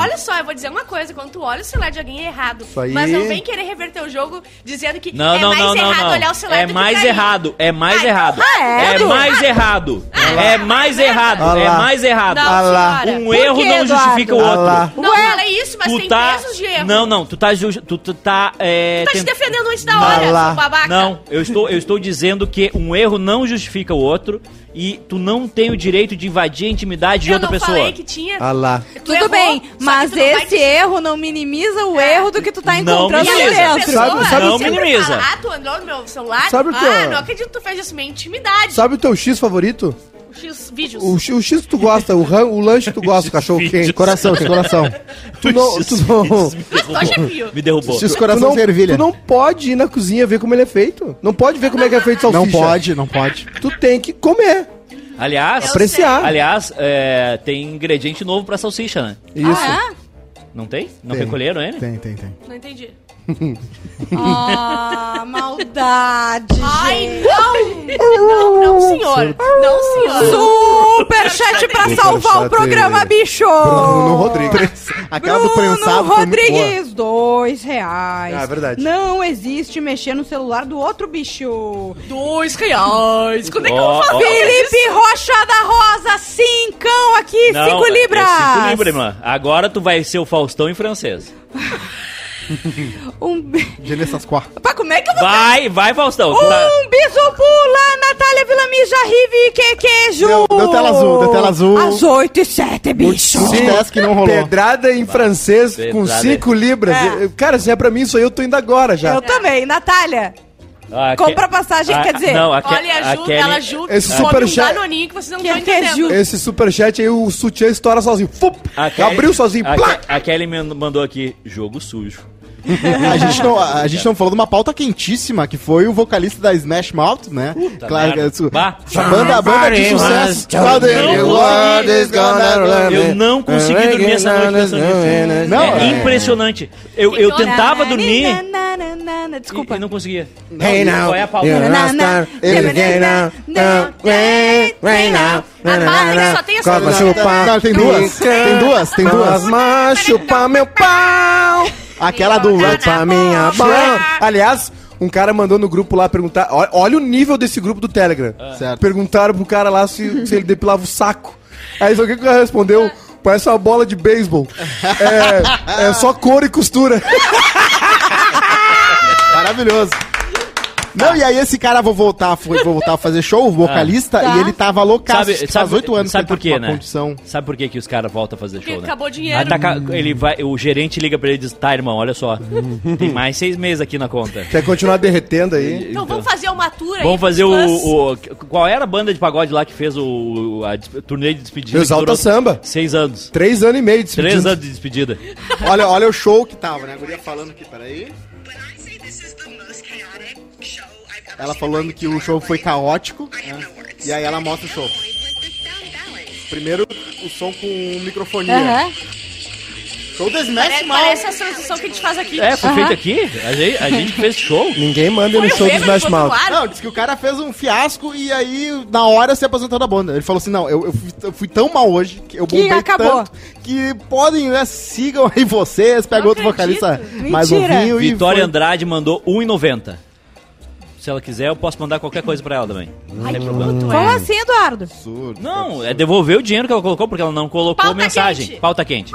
S5: Olha só, eu vou dizer uma coisa: quando tu olha o celular de alguém é errado.
S3: aí.
S5: Mas não vem querer reverter o jogo dizendo que
S1: Não,
S5: é
S1: não,
S5: mais
S1: não, não,
S5: errado
S1: não.
S5: olhar o celular
S1: É
S5: do
S1: mais
S5: que cair.
S1: errado, é mais
S5: Ah,
S1: errado.
S5: então
S4: é,
S1: É
S4: Edu.
S1: mais errado. É mais errado,
S3: Olha
S1: é
S3: lá.
S1: mais errado.
S5: Não,
S3: Ah lá.
S5: senhora.
S1: Um erro não
S4: Eduardo?
S1: justifica o
S3: Ah
S1: outro.
S3: lá.
S5: Não falei isso, mas
S1: tu
S5: tem
S1: tá...
S5: pesos de erro.
S1: Não, não, tu tá. ju- Tu, tu tá. É,
S5: Tu tá te
S1: tent-
S5: defendendo antes da
S3: Ah
S5: hora,
S3: lá.
S5: seu babaca.
S1: Não, eu estou estou, eu estou dizendo que um erro não justifica o outro e tu não tem o direito de invadir a intimidade de
S5: eu
S1: outra
S5: não
S1: pessoa.
S5: falei que tinha.
S3: Ah lá.
S5: Tu
S4: Tudo
S5: errou,
S4: bem,
S5: só que
S4: mas
S5: tu não vai
S4: esse é
S5: te- É.
S4: erro não minimiza o erro do que tu tá
S1: Não
S4: encontrando ali
S1: minimiza.
S4: dentro.
S3: Sabe- sabe-
S1: Não
S5: sempre
S1: minimiza.
S5: fala, Ah, tu andou no meu celular?
S3: Sabe o que
S5: Ah,
S3: é?
S5: não acredito que tu fez isso. Minha intimidade.
S3: Sabe o teu X favorito?
S5: O X vídeos.
S3: O, X- o X que tu gosta, o, ran, o lanche que tu gosta, o cachorro quente.
S2: Coração, esse coração.
S3: Tu não, tu não,
S5: Só chefio.
S1: Me derrubou.
S2: Esses
S3: tu,
S2: coração
S3: não,
S2: de ervilha.
S3: tu não pode ir na cozinha ver como ele é feito. Não pode ver como é que é feito salsicha.
S2: Não pode, não pode.
S3: Tu tem que comer,
S1: Aliás,
S5: Apre-
S3: apreciar.
S1: aliás é, tem ingrediente novo pra salsicha, né?
S3: Isso.
S4: Ah,
S1: Não tem? Não
S2: Tem.
S1: recolheram ele?
S2: Tem, tem, tem.
S5: Não entendi.
S4: é? Ah, maldade,
S5: Ai,
S4: gente.
S5: não! Não, não, senhor. Não, senhor.
S4: Superchat pra salvar o
S3: Superchat,
S4: programa,
S3: é.
S4: bicho!
S3: Bruno Rodrigues.
S2: Prensa- Aquela do
S4: Bruno
S2: prensado foi muito boa.
S4: Rodrigues, dois reais.
S3: Ah, é verdade.
S4: Não existe mexer no celular do outro bicho.
S5: Dois reais. Quando é que eu
S1: Ó,
S5: vou
S1: ó.
S5: fazer?
S4: Felipe Rocha da Rosa, cincão aqui,
S1: Não,
S4: cinco
S1: é
S4: libras.
S1: cinco libras, irmã. Agora tu vai ser o Faustão em francês.
S4: Um, bi-
S2: De nessas quatro.
S4: Pá, como é que eu vou...
S1: Vai, vai, Faustão. tu tá-
S5: Uh!
S4: Um bisu pula, Natália Villamija, Rive, que queijo.
S2: Deu- deu tela azul, deu tela azul.
S4: Às oito e sete, bicho.
S2: Multitask que não rolou.
S3: Pedrada em francês com
S1: Pedrada.
S3: 5 libras.
S4: É.
S3: Eu- Cara, se é pra mim, isso aí eu tô indo agora já.
S4: Eu também, Natália.
S1: Ah, que-
S4: Compra passagem,
S1: Ah,
S4: quer dizer.
S1: Não, a, Ke-
S5: Olha, a
S1: a
S5: Ju,
S1: Kelly-
S5: ela Ju,
S3: Esse
S5: come um
S3: superchat-
S5: danoninho que vocês não
S4: Que
S5: estão
S4: que é Ju?
S5: entendendo.
S3: Esse superchat aí, o sutiã estoura sozinho. Fup!
S1: a Kelly-
S3: Abriu sozinho.
S1: A,
S3: plá!
S1: Ke- a Kelly me mandou aqui, jogo sujo.
S2: A gente, não, a gente não falou de uma pauta quentíssima, que foi o vocalista da Smash Mouth, né? claro,
S1: merda.
S2: que é isso.
S1: Bah.
S2: banda, banda de sucesso. É, né?
S1: Eu não consegui dormir essa noite pensando nisso.
S2: Não,
S1: é,
S2: é.
S1: impressionante. Eu, eu tentava
S5: né,
S1: dormir e-
S4: Nananana, Desculpa.
S1: e, não conseguia.
S3: Hey
S1: Não,
S3: now,
S1: qual é a pauta?
S3: you're a
S4: Nananana,
S3: star, you're gay now, now, hey, hey now,
S5: A Bárbara só tem essa
S3: Cosma
S5: música.
S3: chupa,
S2: é Não, tem duas.
S3: pica.
S2: Tem duas, tem duas.
S3: Cosma chupa meu pau.
S2: Aquela do
S5: Não, não.
S3: Chupa minha mão. Aliás, um cara mandou no grupo lá perguntar. ó- Olha o nível desse grupo do Telegram.
S1: É.
S2: Certo.
S3: Perguntaram pro cara lá se, se ele depilava o saco. Aí só que o cara respondeu. Parece uma bola de beisebol. É, é só cor e costura.
S2: Maravilhoso. Não, e aí esse cara, vou voltar, foi, vou voltar a fazer show, o vocalista,
S4: Tá.
S2: e ele tava
S1: Ah.
S2: loucaço,
S1: Sabe,
S2: acho que
S1: sabe,
S2: faz oito anos
S1: sabe
S2: que
S1: por
S2: ele tá
S1: quê,
S2: com uma
S1: né?
S2: condição.
S1: Sabe por que, que os caras voltam a fazer show, né?
S5: acabou o dinheiro.
S1: Ah, tá ca- ele vai, o gerente liga pra ele e diz, tá, irmão, olha só, tem mais seis meses aqui na conta.
S3: Quer continuar derretendo aí?
S5: Então vamos fazer uma tour aí.
S1: Vamos fazer
S5: fãs.
S1: o, o- Qual era a banda de pagode lá que fez o, a des- turnê de despedida?
S3: Exalta
S1: que durou
S3: Samba.
S1: Seis anos.
S3: Três anos e meio de
S1: Três anos de despedida.
S2: Olha, olha o show que tava, né? A guria falando aqui, peraí. Ela falando que o show foi caótico, né? E aí ela mostra o show. Primeiro, o som com microfonia.
S4: Aham.
S2: Show da Smash
S5: É,
S2: Mouth.
S5: parece a transição que a gente faz aqui.
S1: É, foi
S4: Aham.
S1: feito aqui. A gente, a gente fez show.
S3: Ninguém manda no
S5: Foi o
S3: show do
S5: Weber
S3: Smash
S5: que
S3: Mouth.
S5: botou no ar?
S2: Não, disse que o cara fez um fiasco e aí, na hora, se aposentou da banda. Ele falou assim, não, eu, eu fui, eu fui tão mal hoje, que eu
S4: Que
S2: bombei
S4: acabou.
S2: tanto, que podem, né, sigam aí vocês, pega
S5: Não
S2: outro
S5: acredito.
S2: vocalista mais
S4: Mentira.
S2: novinho e
S1: Vitória
S2: foi-
S1: Andrade mandou 1,90. Se ela quiser, eu posso mandar qualquer coisa pra ela também. Não tem problema.
S5: é.
S4: Como assim, Eduardo?
S1: Não, é devolver o dinheiro que ela colocou, porque ela não colocou
S5: Pauta
S1: mensagem.
S5: quente.
S1: Pauta quente.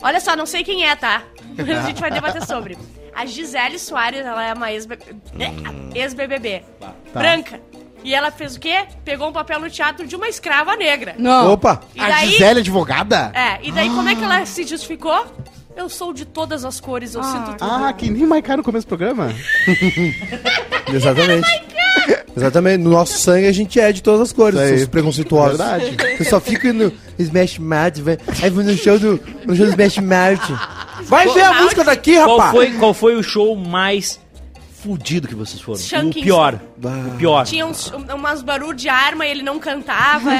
S5: Olha só, não sei quem é, tá? Mas a gente vai debater sobre. A Gisele Soares, ela é uma ex-B-
S1: Hum.
S5: ex-BBB.
S3: Tá.
S5: Branca. E ela fez o quê? Pegou um papel no teatro de uma escrava negra.
S4: Não.
S3: Opa!
S5: E
S2: A
S5: daí...
S2: Gisele advogada?
S5: É, e daí como é que ela se justificou? Eu sou de todas as cores, eu sinto tudo.
S2: Ah, que nem o Maiká no começo do programa.
S3: Exatamente.
S1: Oh
S3: Exatamente. No nosso sangue a gente é de todas as cores,
S2: Isso aí.
S3: os preconceituosos.
S2: Verdade.
S3: Eu só fico no Smash Mouth, vai- aí vou no show do, no show do Smash Mouth. Vai ver a música daqui,
S1: Qual
S3: rapaz!
S1: foi, qual foi o show mais fudido que vocês foram?
S5: Sean
S1: o
S5: Kingston.
S1: pior. O pior.
S5: Tinha uns, um, umas barulhos de arma e ele não cantava.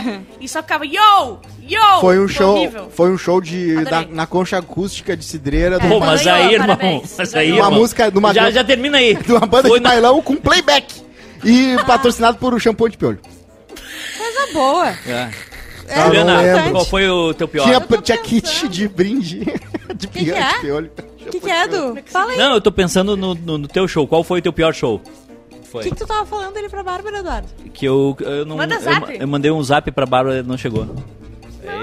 S5: e só ficava yo, yo.
S2: Foi um show,
S5: horrível.
S2: foi um show de, da-
S5: Adorei.
S2: na concha acústica de cidreira
S1: Pô,
S2: do-
S1: mas
S5: Ganhou,
S1: aí, irmão.
S5: parabéns.
S1: Mas aí,
S5: Ganhou.
S2: Uma
S1: irmão.
S2: música de uma-
S1: já, já termina aí.
S2: de uma banda
S1: Foi
S2: de
S1: na-
S2: bailão com playback. E patrocinado por um shampoo de piolho.
S4: Coisa boa.
S1: É.
S4: É
S1: Juliana,
S4: importante.
S1: qual foi o teu pior?
S2: Tinha,
S4: tô
S2: tinha kit
S4: pensando.
S2: de brinde. De,
S4: Que que
S2: piolho,
S4: é?
S2: de piolho.
S4: O que, que é, Edu? Fala aí.
S1: Não, eu tô pensando no, no- no teu show. Qual foi o teu pior show?
S4: O
S1: Foi.
S4: que, que tu tava falando ali pra Bárbara, Eduardo?
S1: Que eu, eu não.
S5: Manda
S1: eu,
S5: zap.
S1: eu mandei um zap pra Bárbara e não chegou.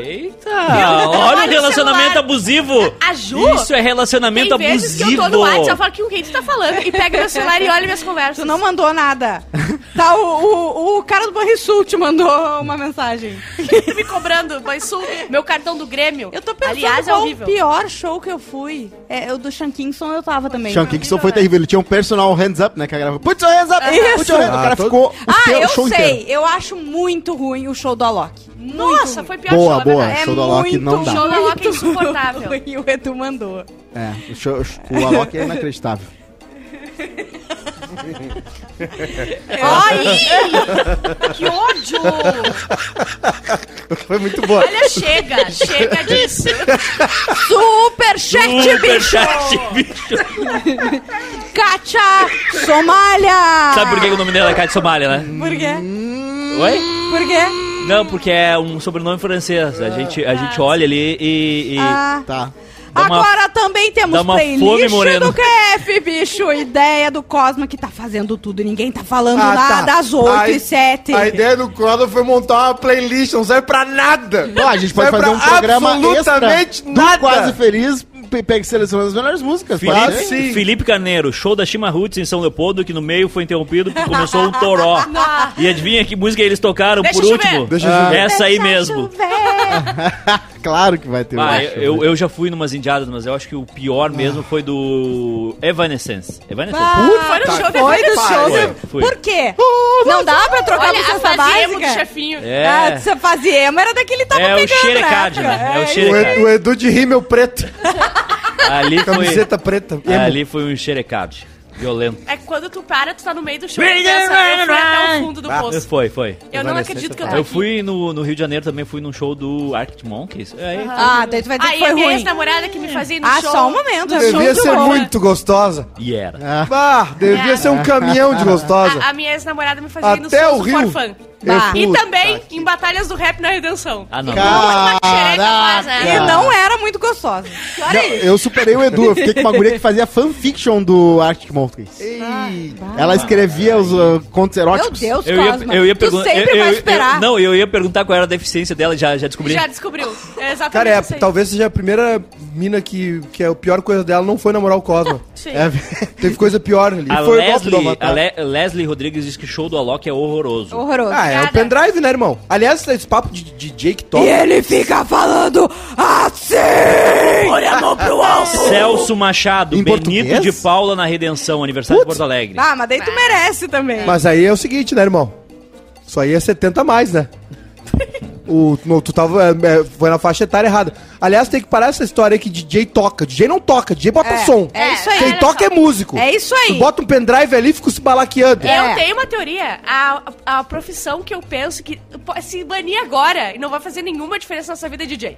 S1: Eita! Olha
S5: trabalho
S1: o relacionamento
S5: celular.
S1: abusivo!
S5: A Ju-
S1: Isso é relacionamento
S5: Tem
S1: abusivo!
S5: vezes que eu tô no WhatsApp e falo que o que tu tá falando e pega meu celular e olha minhas conversas.
S4: Tu não mandou nada. Tá, o, o, o cara do Banrisul te mandou uma mensagem.
S5: me cobrando, Bansul, meu cartão do Grêmio.
S4: Eu tô pensando
S5: Aliás, é
S4: qual o
S5: horrível.
S4: pior show que eu fui. É, o do Shankinson eu tava também. é?
S2: Sean Kingston foi terrível. Ele tinha um personal hands up, né? Que a galera Put your hands up!
S4: Isso.
S2: Put your hands up! O cara
S3: Ah, tô-
S2: ficou o
S4: Ah,
S2: teu-
S4: eu
S2: o show
S4: sei.
S2: inteiro.
S4: Eu acho muito ruim o show do Alok. Muito
S5: Nossa,
S4: ruim.
S5: foi pior
S2: Boa,
S5: show, é
S2: boa.
S5: verdade.
S2: show do Alok não
S4: muito
S2: dá.
S5: Show do Alok é
S4: ruim.
S5: insuportável.
S4: E o Edu mandou.
S2: É, o, show, o Alok é inacreditável.
S4: É.
S5: Que ódio!
S3: Foi muito boa.
S5: Olha, chega, chega disso.
S4: Superchat, bicho!
S1: Superchat, bicho!
S4: Kátia Somália!
S1: Sabe por que o nome dela é Cátia Somália, né?
S4: Por quê?
S5: Hum.
S1: Oi?
S4: Por quê?
S1: Não, porque é um sobrenome francês. A gente, a
S5: Ah,
S1: gente olha ali e. e-
S4: Ah.
S2: Tá.
S1: Dá uma-
S4: Agora também temos
S1: dá uma
S4: playlist
S1: fome, Moreno.
S4: do KF, bicho. Ideia do Cosma que tá fazendo tudo. Ninguém tá falando
S3: Ah, tá.
S4: nada às 8
S3: A i-
S4: e 7.
S3: A ideia do Croda foi montar uma playlist, não serve pra nada.
S2: Ó, a gente pode
S3: Serve
S2: fazer um
S3: pra
S2: programa
S3: absolutamente
S2: extra
S3: nada.
S2: do Quase Feliz, pe- pe- selecionando as melhores músicas.
S1: Felipe,
S2: pode ser?
S3: sim.
S1: Felipe Carneiro, show da Chima Roots em São Leopoldo, que no meio foi interrompido porque começou um toró. E adivinha que música eles tocaram
S5: Deixa
S1: por
S5: eu
S1: último?
S5: ver.
S2: Deixa eu ver.
S1: Essa aí mesmo.
S2: Claro que vai ter.
S1: Ah,
S2: acho. né?
S1: eu,
S3: né?
S1: eu já fui numas indiadas, mas eu acho que o
S3: Ah.
S1: pior mesmo foi do Evanescence. Evanescence.
S4: Ah.
S5: Foi no show do
S4: Foi do
S3: Foi,
S4: show.
S1: foi,
S4: do-
S1: foi.
S4: Por quê? Não dá pra trocar
S5: Olha,
S4: a
S5: a
S4: cesta
S5: fase emo do
S4: básica?
S5: chefinho.
S1: É,
S4: Ah, você fazia emo, era daquele tava
S1: É o
S4: pegando na
S1: xerecard,
S4: época.
S1: né? É o
S4: isso.
S1: xere-
S3: O Edu, o Edu de rímel preto,
S1: ali foi,
S3: camiseta preta.
S2: É,
S3: emo.
S1: ali foi um xerecard. Violento.
S5: É que quando tu para, tu tá no meio do show. e pensa, eu fui até o fundo do poço.
S1: Ah, Foi, foi.
S5: Eu não acredito que eu tô
S1: Eu
S5: aqui.
S1: fui no, no Rio de Janeiro também, fui num show do Arctic Monkeys. É, Aí,
S4: Ah, daí tu vai dizer que
S5: Aí
S4: foi
S5: a minha
S3: é
S4: ruim.
S5: ex-namorada que me fazia ir no
S4: Ah,
S5: show.
S4: só um momento. é show
S3: Devia
S4: de
S3: ser
S4: bola.
S3: muito gostosa.
S1: E era.
S3: Ah, devia
S5: É.
S3: ser um caminhão de gostosa.
S5: A, a minha ex-namorada me fazia ir no
S3: Até
S5: show
S3: o
S5: do
S3: Rio. Tá
S5: Forfã.
S4: Bah.
S3: Eu
S5: E
S3: fui.
S5: também em Batalhas do Rap na Redenção.
S1: Ah, não.
S5: Uma xereca faz,
S4: E
S5: né?
S4: não era muito gostosa.
S2: Não, eu superei o Edu, eu fiquei com uma guria que fazia fanfiction do Arctic Monkeys.
S1: Ah,
S2: Ela escrevia os uh, contos
S4: Ah. Meu
S2: eróticos.
S4: Deus,
S1: Eu ia,
S4: Cosma.
S1: eu ia
S4: tu
S1: perguntar.
S4: sempre
S1: eu, eu-
S4: vai
S1: eu-
S4: esperar.
S1: não, eu ia perguntar qual era a deficiência dela, já, já descobri.
S5: Já descobriu. É exatamente
S3: Cara, é,
S5: isso aí.
S3: talvez seja a primeira mina que, que é a pior coisa dela, não foi namorar o Cosma.
S5: Sim.
S3: É, teve coisa pior ali.
S1: A
S3: foi o golpe do
S1: Leslie,
S3: Avatar.
S1: a Le- Leslie Rodrigues diz que o show do Alok é horroroso.
S4: Horroroso.
S3: Ah, é o
S5: Nada.
S3: pendrive, né, irmão? Aliás, esse papo de, de Jake Top.
S4: E ele fica falando assim! Olha a mão pro alto!
S1: Celso Machado,
S2: Em
S1: Benito
S2: português?
S1: de Paula na Redenção, aniversário de Porto Alegre.
S4: Ah, mas daí tu merece também.
S3: Mas aí é o seguinte, né, irmão? Isso aí é 70 a mais, né? O, no, tu tava, é, é, foi na faixa etária errada. Aliás, tem que parar essa história aí que DJ toca. DJ não toca, DJ bota
S4: É,
S3: som.
S4: é isso aí,
S3: Quem
S5: olha
S3: toca
S5: só.
S3: é músico.
S4: É isso aí.
S3: Tu bota um pendrive ali e fica se balaqueando.
S4: É.
S5: Eu tenho uma teoria. A, a, a profissão que eu penso que po- se banir agora e não vai fazer nenhuma diferença na nossa vida é DJ.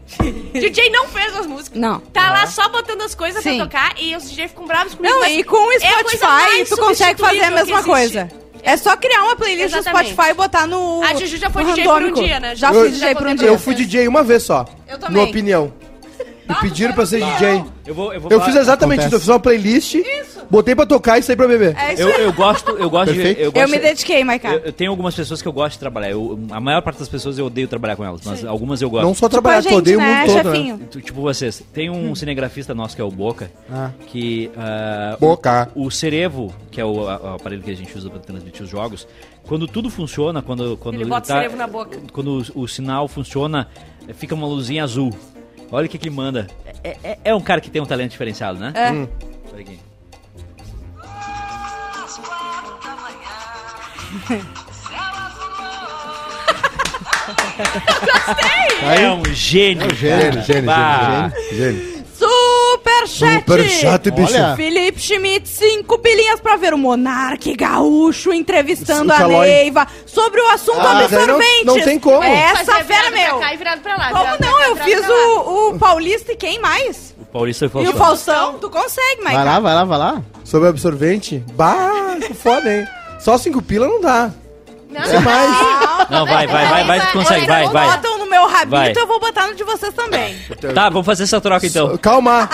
S5: DJ não fez as músicas.
S4: Não.
S5: Tá lá só botando as coisas pra
S4: Sim.
S5: tocar e os DJ ficam bravos comigo.
S4: Não,
S5: mas
S4: e com o
S5: é a coisa
S4: Spotify
S5: mais
S4: tu consegue fazer a
S5: substituível
S4: mesma
S5: que existe.
S4: coisa. É só criar uma playlist
S5: Exatamente.
S4: no Spotify e botar no.
S5: A Juju já foi
S4: no
S5: DJ por um
S4: randômico.
S5: dia, né?
S4: Já
S5: Eu-
S4: fui
S5: já
S4: DJ por um
S5: contei
S4: dia.
S5: pra
S3: Eu fui DJ uma vez só.
S4: Eu também.
S3: No opinião. Me pediram pra ser DJ.
S1: Eu, vou, eu, vou
S3: Eu
S1: falar-
S3: fiz exatamente
S2: Acontece.
S3: isso. Eu fiz uma playlist, botei pra tocar e saí pra beber.
S4: É isso
S1: Eu,
S4: aí.
S1: eu gosto, eu gosto de.
S2: Perfeito.
S1: Eu, gosto
S4: Eu me dediquei, Maiká.
S1: eu, eu tenho algumas pessoas que eu gosto de trabalhar. Eu- a maior parte das pessoas eu odeio trabalhar com elas, mas algumas eu gosto.
S3: Não só
S4: Com a
S3: trabalhar,
S4: gente,
S3: tu odeia o
S4: né,
S3: mundo todo, né?
S4: chefinho?
S1: Tu- Tipo vocês, tem
S5: Hum.
S1: um cinegrafista nosso que é o Boca,
S2: Ah.
S1: que. ah,
S3: Boca.
S1: O, o Cerevo, que é o, a- o aparelho que a gente usa para transmitir os jogos, quando tudo funciona, quando. quando tá-
S5: Ele bota o Cerevo na boca.
S1: Quando o, o sinal funciona, eh, fica uma luzinha azul. Olha o que, que ele manda. É, é- é um cara que tem um talento diferenciado, né?
S4: É.
S1: Olha aqui. É um gênio.
S2: Gênio,
S1: cara.
S2: gênio,
S1: Bah.
S2: gênio, gênio.
S4: Superchat!
S3: Superchat, bicho.
S2: Olha.
S4: Felipe Schmidt, cinco pilinhas pra ver o Monarque Gaúcho entrevistando
S3: O
S4: a
S3: Calói.
S4: Neiva sobre o assunto
S3: Ah, mas aí não-
S4: absorvente.
S3: não tem como.
S4: Essa
S5: Fazia
S4: É fera,
S5: virado pra
S4: meu.
S5: cá e virado pra lá.
S4: Como
S5: virado pra
S4: não?
S5: cá,
S4: Eu
S5: virado
S4: fiz
S5: pra lá.
S4: o, o Paulista e quem mais?
S1: O Paulista assim, e o
S4: E
S1: Faustão.
S4: o
S5: Então?
S4: Faustão? Tu consegue,
S2: Vai
S4: Maica.
S2: lá, vai lá, vai lá.
S3: Sobre absorvente? Bah, que foda, hein? Só cinco pila não dá.
S5: Não,
S3: Tem mais.
S1: Não, vai, vai, vai, vai, tu consegue,
S4: Vocês
S1: vai,
S4: não
S1: vai.
S4: botam no meu rabito,
S1: Vai.
S4: eu vou botar no de vocês também.
S1: Tá, vamos fazer essa troca então.
S3: So- Calma.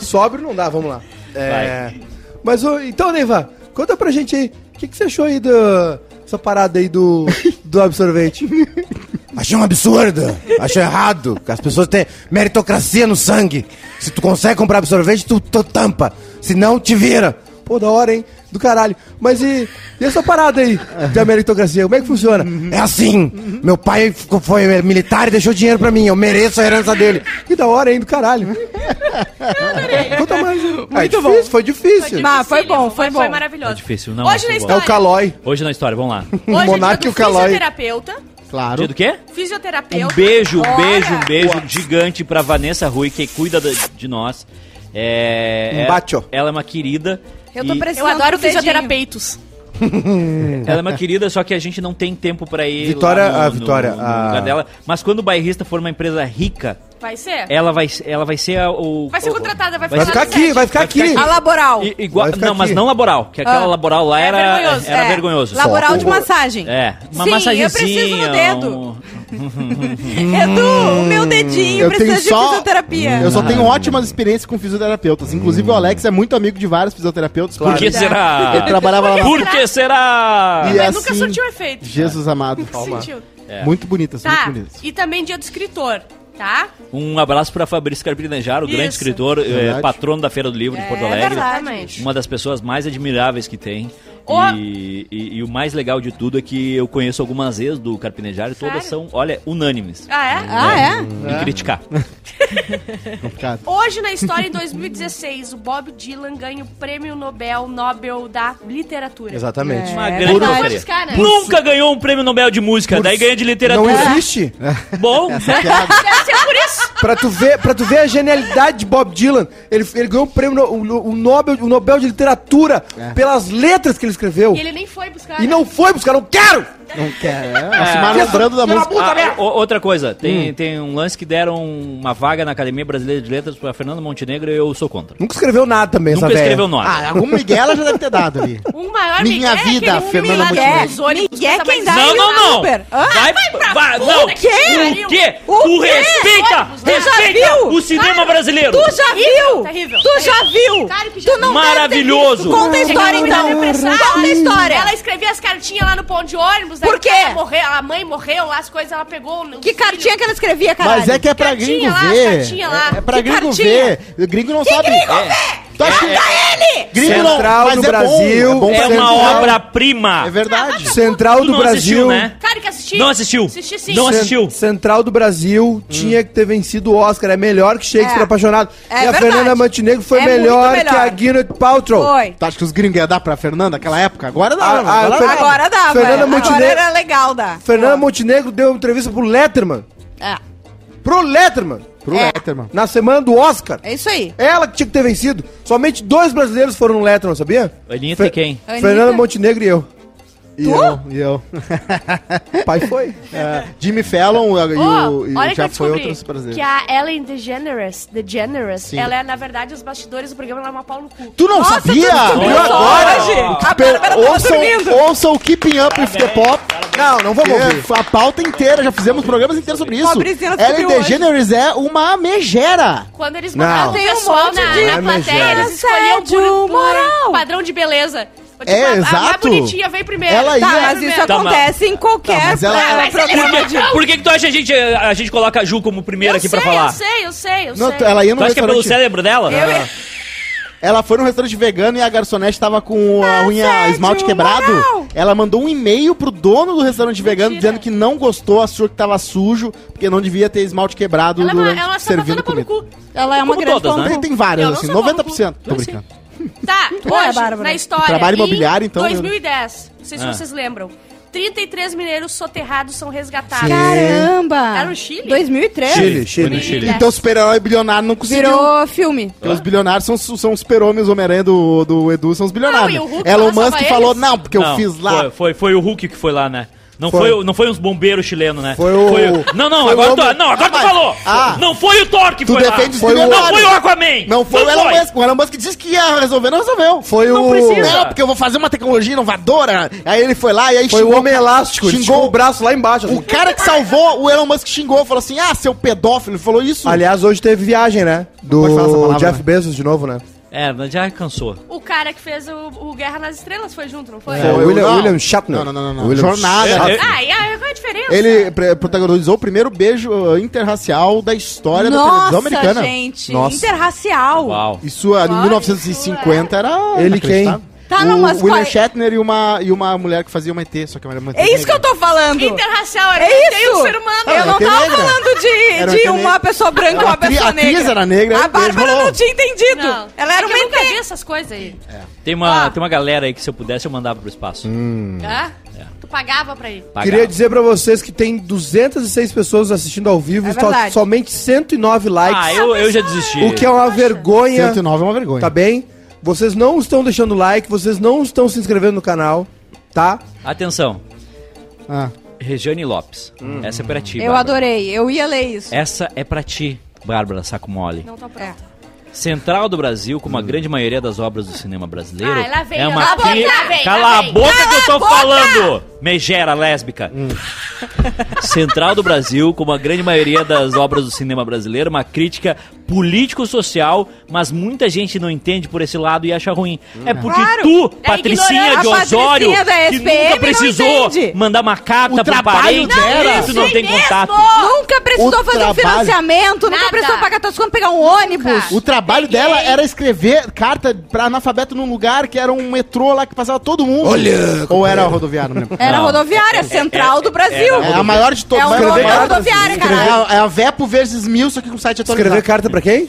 S3: Sóbrio não dá, vamos lá. É, Mas, ô, então, Neiva, conta pra gente aí. O que, que você achou aí do... Essa parada aí do, do absorvente.
S7: Achei um absurdo. Achei errado. As pessoas têm meritocracia no sangue. Se tu consegue comprar absorvente, tu, tu tampa. Se não, te vira.
S3: Pô, da hora, hein? Do caralho. Mas e, e essa parada aí da meritocracia? Como é que funciona?
S7: É assim. Meu pai ficou-
S3: é,
S7: foi militar e deixou dinheiro pra mim. Eu mereço a herança dele.
S3: Que da hora, hein? Do caralho. Conta mais. Muito bom. Foi difícil.
S4: Não, foi
S5: Auxílio,
S4: bom, foi
S5: mas Foi
S4: bom.
S1: Tá
S5: maravilhoso.
S6: difícil, não, mas
S5: Hoje
S6: foi
S5: na
S6: bom.
S3: É o
S5: história.
S3: Calói.
S6: Hoje na história, vamos lá.
S5: Hoje é
S3: Monarca e
S5: dia
S3: o
S5: do
S3: Calói.
S5: Fisioterapeuta.
S2: Claro.
S6: Dia do quê?
S5: Fisioterapeuta.
S1: Um beijo, um
S5: Olha,
S1: beijo, um beijo gigante pra Vanessa Rui, que cuida da- de nós. É,
S3: Um
S1: é-
S3: bacho.
S1: ela é uma querida.
S4: Eu tô
S1: e-
S5: Eu
S4: precisando
S5: adoro
S2: um
S4: do dedinho.
S5: fisioterapeutas.
S1: Ela é uma querida, só que a gente não tem tempo pra ir.
S3: Vitória-
S1: lá
S3: a Vitória, a-
S1: lugar dela. Mas quando o bairrista for uma empresa rica,
S5: Vai ser?
S1: ela vai, ela vai ser a- o.
S5: Vai ser
S1: o-
S5: contratada, vai,
S1: É, Vai
S3: Vai
S5: fazer
S3: ficar aqui, vai ficar aqui.
S4: A laboral.
S1: i- igual,
S3: Vai ficar
S1: não, mas
S3: aqui.
S1: não laboral, que aquela
S4: Ah.
S1: laboral lá
S5: É
S1: era
S5: vergonhoso.
S1: Era
S4: É,
S1: vergonhoso.
S4: Laboral de massagem.
S1: É, uma
S4: Sim,
S1: massagenzinha.
S4: eu preciso do
S1: um-
S4: dedo. Edu, o meu dedinho
S2: Hum, Eu
S4: precisa
S2: tenho
S4: de
S2: só- Hum,
S4: fisioterapia.
S2: Eu só tenho ótimas experiências com fisioterapeutas. Inclusive, o Alex é muito amigo de vários fisioterapeutas.
S1: Por que
S2: porque Ele
S1: será?
S2: trabalhava lá na...
S1: Por que será?
S2: E
S5: Mas nunca
S2: assim-
S5: surtiu efeito.
S2: Jesus amado.
S5: Sentiu.
S2: Muito bonitas,
S5: Tá,
S2: muito bonitas.
S5: e também dia do escritor, tá?
S1: Um abraço para Fabrício Carpinejar, o grande
S5: Isso. É
S1: escritor, eh,
S2: Verdade.
S1: patrono da Feira do Livro de Porto Alegre.
S5: Exatamente.
S1: É Uma das pessoas mais admiráveis que tem.
S5: Ô.
S1: E, e- e o mais legal de tudo é que eu conheço algumas vezes do Carpinejar e todas
S5: Sério?
S1: são, olha, unânimes.
S5: Ah, é?
S4: Ah, é?
S1: De criticar.
S2: Complicado.
S5: Hoje na história, em 2016, o Bob Dylan ganha o prêmio Nobel Nobel da Literatura.
S7: Exatamente.
S1: Uma
S4: É
S1: grande
S4: verdade.
S1: porcaria.
S5: Buscar, né?
S1: Nunca ganhou um prêmio Nobel de música, daí ganha de
S3: Não
S1: literatura.
S3: existe.
S1: Bom, né?
S5: Deve ser por isso.
S3: pra, tu ver, pra tu ver a genialidade de Bob Dylan, ele, ele ganhou o prêmio, no- o, no- o Nobel, o Nobel de Literatura pelas letras que ele escreveu.
S5: E ele nem foi buscar.
S3: E não foi buscar, não quero!
S2: Não quer. É, se malandrando da
S3: Filha
S2: música.
S3: puta
S1: Ah,
S3: merda!
S1: o- outra coisa, tem, tem um lance que deram uma vaga na Academia Brasileira de Letras para Fernando Montenegro e eu sou contra.
S3: Nunca escreveu nada também,
S1: Nunca
S3: essa velha.
S1: escreveu nome.
S2: Ah, algum Miguel ela já deve ter dado ali.
S5: Um maior
S2: Minha
S5: Miguel,
S2: vida, Fernanda
S5: aquele filme lá
S2: Montenegro.
S5: dos ônibus,
S4: Miguel
S5: essa
S4: quem
S5: mais-
S4: dá
S5: Não,
S1: Não,
S4: Aí
S1: não,
S4: o
S1: não!
S4: Uber. Ah,
S1: vai,
S5: pra
S1: vai,
S5: puta
S1: não! O
S5: que
S1: quê?
S5: pariu.
S1: O quê?
S4: O
S1: Tu
S4: quê?
S1: respeita!
S5: Ônibus, né?
S1: Respeita
S4: Viu?
S1: o cinema
S5: Claro.
S1: brasileiro!
S4: Tu já viu?
S5: tá Terrível,
S4: Tu já viu?
S5: Claro que já
S4: Tu não
S1: vi.
S4: deve ter
S1: Maravilhoso.
S4: visto. Conta a história
S5: Chegava
S4: então.
S5: na depressão,
S4: Conta a história.
S5: Ela é escrevia as cartinhas lá no pão de ônibus. daí
S4: Por
S5: o
S4: quê?
S5: cara Morreu, a mãe morreu, as coisas ela pegou. um- os
S4: Que
S5: filhos.
S4: cartinha que ela escrevia, caralho?
S2: Mas é que é pra
S5: Cartinha
S2: gringo
S5: lá,
S2: ver.
S5: cartinha lá.
S2: É, é pra
S4: Que
S2: gringo
S4: cartinha?
S2: ver. O gringo não sabe. Gringo Tu acha
S4: ele!
S2: Gringo não,
S3: Central
S2: mas
S3: do
S2: é
S3: Brasil.
S2: bom. É, bom
S1: É
S2: pra
S1: uma
S2: gringo.
S1: obra-prima!
S2: É
S3: Tá,
S2: verdade.
S3: Central
S1: Tu
S3: do
S1: não assistiu,
S3: Brasil.
S1: né?
S5: Claro que assisti.
S1: Não assistiu.
S5: Assisti sim.
S1: Não
S3: Cen-
S1: assistiu.
S3: Central do Brasil tinha que ter vencido o Oscar. É melhor que Shakespeare
S4: É.
S3: apaixonado.
S4: É
S3: e a
S4: verdade.
S3: Fernanda Montenegro foi
S4: É
S3: melhor,
S4: muito melhor.
S3: que a Gwyneth Paltrow.
S4: Foi.
S2: Tu acha que os gringos iam dar pra Fernanda naquela época? Agora dá.
S3: Ah, ah,
S2: agora
S3: Fer-
S2: dá.
S4: Agora dava.
S3: Fernanda
S4: Agora
S3: Montenegro-
S4: era legal da.
S3: Fernanda Montenegro deu uma entrevista pro Letterman.
S4: É.
S3: Pro Letterman.
S2: Pro Letterman.
S3: Na semana do Oscar.
S4: É isso aí.
S3: Ela que tinha que ter vencido. Somente dois brasileiros foram no Letterman, sabia?
S1: Anitta e quem?
S4: Anitta.
S3: Fernanda Montenegro e eu.
S2: E eu, e eu.
S3: O pai foi.
S2: É, Jimmy Fallon e,
S5: Ô,
S2: o, e
S5: olha que eu
S2: já foi
S5: descobri
S2: outros brasileiros.
S5: que a Ellen DeGeneres, DeGeneres
S2: Sim.
S5: ela é, na verdade, os bastidores do programa, ela é uma pau no cu.
S2: Tu não
S4: Nossa,
S2: sabia?
S4: tu descobriu
S2: Olha
S4: só hoje? A Bárbara
S5: tá
S4: tava dormindo.
S2: ouçam, ouçam o Keeping Up with the Pop.
S3: Não, não vamos ouvir.
S2: que é A pauta inteira, já fizemos programas inteiros sobre isso.
S4: Pobrezinha, ela
S2: Ellen
S4: descobriu
S2: DeGeneres é uma megera.
S5: Quando eles
S3: Não.
S5: mandaram o
S4: Tem um
S5: pessoal
S4: monte
S5: na,
S4: de
S2: É,
S5: na plateia,
S3: Assédio
S5: eles escolhiam por, por
S4: moral.
S5: padrão de beleza. Tipo,
S2: É,
S5: a- A mais
S2: exato.
S5: bonitinha veio primeiro.
S2: Ela
S4: Tá,
S2: ia-
S4: mas isso
S5: Tá,
S1: mas-
S4: acontece em qualquer
S2: mas ela-
S4: pra-
S5: Mas ela-
S4: programa
S5: Por
S4: de...
S5: quê?
S1: Por que, que tu acha que a gente, a gente coloca a Ju como primeira
S5: eu
S1: aqui
S5: sei,
S1: pra falar?
S5: Eu sei, eu sei, eu
S2: Não,
S5: sei.
S2: ela ia
S1: Tu
S2: no
S1: acha que é pelo
S2: restaurante.
S1: cérebro dela? Ah.
S2: Ela foi num restaurante vegano e a garçonete tava com a
S5: Ah,
S2: unha
S4: Assédio
S2: esmalte quebrado.
S4: moral.
S2: Ela mandou um e-mail pro dono do restaurante vegano dizendo que não gostou, achou que tava sujo, porque não devia ter esmalte quebrado
S5: Ela, é uma-
S2: durante
S5: ela só tá
S2: servindo
S5: toda pau no
S2: comida.
S5: cu.
S4: Ela é uma
S1: Como
S4: grande
S1: todas, né?
S4: fã.
S2: Tem, tem várias,
S5: Eu não
S2: assim,
S5: sou pau no
S2: 90%. Tô
S5: cu.
S2: brincando.
S5: Tá,
S4: é,
S5: hoje,
S4: Bárbara?
S5: na história.
S2: Trabalho
S5: em
S2: imobiliário, então, né?
S5: 2010, não sei se
S1: Ah.
S5: vocês lembram. 33 mineiros soterrados são resgatados.
S4: Caramba!
S5: Era no Chile?
S4: 2003.
S3: Chile,
S1: Foi no
S3: Chile.
S1: Chile.
S2: Então o super-herói bilionário não conseguiu.
S4: Virou filme.
S2: Porque os bilionários são, são os super-homens, o Homem-Aranha do, do Edu são os bilionários.
S5: Não, e o Hulk
S2: Elon
S5: lançava
S2: Musk
S5: eles?
S2: falou, não, porque eu
S1: Não,
S2: fiz lá.
S1: Foi, foi, foi o Hulk que foi lá, né? Não
S3: Foi.
S1: foi, o- não foi uns bombeiros chilenos, né?
S3: Foi o-
S1: Não, não,
S2: foi
S1: agora,
S2: o
S1: tu,
S2: homem-
S1: não, agora
S2: Ah,
S1: tu
S2: mas-
S1: falou!
S2: Ah.
S1: não foi o Thor que
S2: Tu
S1: foi lá!
S2: defende os
S1: Foi o- Não
S2: bilionários.
S1: foi o Aquaman!
S2: Não foi o Elon Musk. O Elon Musk disse que ia resolver, não resolveu.
S3: Foi
S2: não
S3: o-
S2: Precisa.
S1: Não,
S2: Não, porque eu vou fazer uma tecnologia inovadora. Aí ele foi lá e aí
S3: Foi o
S2: xingou-
S3: Homem Elástico. ele
S2: Xingou
S3: o braço lá embaixo. assim.
S2: O cara que salvou, o Elon Musk xingou, falou assim, ah, seu pedófilo. Ele falou isso.
S3: Aliás, hoje teve viagem, né?
S2: pode falar essa
S3: Do
S2: palavra,
S3: Jeff
S2: né?
S3: Bezos de novo, né?
S6: É, mas já cansou.
S5: O cara que fez o, o Guerra nas Estrelas foi junto, não foi?
S3: Foi. o É, William-
S2: É, não.
S3: William Shatner.
S2: Não, não, não. não, não.
S3: William
S2: Jornada.
S1: Shatner.
S5: Ah, e aí, qual é a diferença.
S2: Ele pre- protagonizou o primeiro beijo uh, interracial da história da televisão americana.
S4: gente.
S2: Nossa.
S4: Interracial.
S1: Uau.
S2: Isso ah, em 1950 era.
S3: Ele quem?
S2: inacreditável.
S4: é Tá,
S2: o
S4: não, mas
S2: William
S4: qual-
S2: Shatner e uma, e uma mulher que fazia uma ET, só que era uma ET
S4: É isso que eu tô falando.
S5: Interracial, era
S4: É
S5: tem um
S4: isso.
S5: ser humano.
S2: Ah,
S4: Eu não
S2: Era
S4: tava
S2: negra.
S4: falando
S2: Era
S4: de, de
S2: até
S4: uma
S2: negra.
S4: pessoa branca ou
S2: A
S4: uma
S2: atri-
S4: pessoa
S2: a atriz
S4: negra.
S2: era negra,
S4: A
S2: e eles
S4: Bárbara
S2: rolou.
S4: não tinha entendido.
S5: Não.
S4: Ela era
S5: É que
S4: uma
S5: eu nunca
S4: ET.
S5: vi essas coisas aí.
S1: Tem uma,
S5: Ah.
S1: tem uma galera aí que se eu pudesse eu mandava pro espaço.
S5: Hã?
S1: É.
S5: Tu pagava pra ir.
S2: É,
S1: Pagava.
S3: Hum. Queria dizer pra vocês que tem 206 pessoas assistindo ao vivo
S4: É
S3: e só-
S4: verdade.
S3: somente 109
S1: Ah,
S3: likes.
S1: eu, eu já desisti.
S3: o que é uma vergonha.
S2: 109 é uma vergonha.
S3: Tá bem? Vocês não estão deixando like, vocês não estão se inscrevendo no canal, tá?
S1: Atenção,
S2: Ah.
S1: Regiane Lopes.
S3: Hum.
S1: Essa é pra ti,
S4: Eu
S1: Bárbara.
S4: adorei. Eu ia ler isso.
S1: Essa é pra ti, Bárbara Saco Mole.
S5: Não tô pronta.
S1: Central do Brasil, como a grande maioria das obras do cinema brasileiro,
S5: Ai, lá vem,
S1: é
S5: lá
S1: uma
S5: vem, lá
S1: cri-
S5: vem, lá
S1: Cala a
S5: vem.
S1: boca que eu tô falando! Megera lésbica. Central do Brasil, como a grande maioria das obras do cinema brasileiro, uma crítica político-social, mas muita gente não entende por esse lado e acha ruim.
S2: Hum.
S1: É porque
S4: Claro.
S1: tu,
S5: É
S1: Patricinha
S5: ignorante.
S1: de
S4: A
S1: Osório,
S4: Patricinha da
S1: que
S4: SPM
S1: nunca
S4: não
S1: precisou
S4: entende.
S1: mandar uma carta pro
S2: O trabalho
S1: parente,
S2: dela.
S1: tu não
S5: Sim
S1: tem
S5: mesmo.
S1: contato.
S4: Nunca precisou
S2: O
S4: fazer
S2: trabalho-
S4: um financiamento, nunca
S5: Nada.
S4: precisou pagar tuas contas, pegar um ônibus.
S2: O trabalho
S5: Peguei.
S2: dela era escrever carta pra analfabeto num lugar que era um metrô lá que passava todo mundo.
S7: Olha,
S2: Ou era rodoviário, não lembro.
S4: Era
S1: Não.
S4: rodoviária, central do Brasil.
S2: É a maior de todas.
S4: É uma
S2: Mas-
S4: rodoviária, rodoviária,
S2: Escrever-
S4: cara.
S2: É, a, é a Vepo versus Mil, só que com o site atualizado.
S3: Escrever carta pra quem?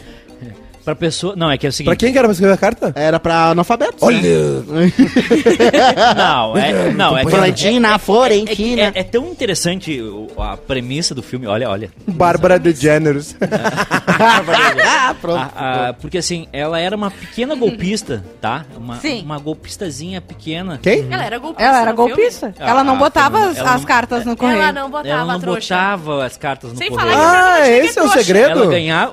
S1: Pra pessoa. Não, é que é o seguinte.
S3: Pra quem que era pra escrever a carta?
S2: Era pra analfabetos.
S7: olha.
S1: Não, é, não, é que-
S2: Florentina,
S1: É, que-
S2: Florentina.
S3: né?
S1: é- é tão interessante o- a premissa do filme, olha, olha.
S3: Bárbara DeGeneres.
S2: ah, pronto.
S1: A- a- porque assim, ela era uma pequena golpista, tá? Uma,
S4: Sim.
S1: uma golpistazinha pequena.
S3: Quem?
S5: Ela era golpista.
S4: Ela era
S5: no filme.
S4: golpista.
S1: Ah,
S4: Ela não
S1: ah,
S4: botava
S1: Fernanda,
S4: as,
S1: ela
S4: as
S1: não-
S4: cartas no correio.
S5: Ela não botava
S1: Ela não
S5: trouxa.
S1: botava as cartas no
S5: Sem
S1: correio.
S5: falar
S3: Ah,
S5: Cheguei
S3: esse é o
S5: trouxa.
S3: segredo?
S1: ela ganhar.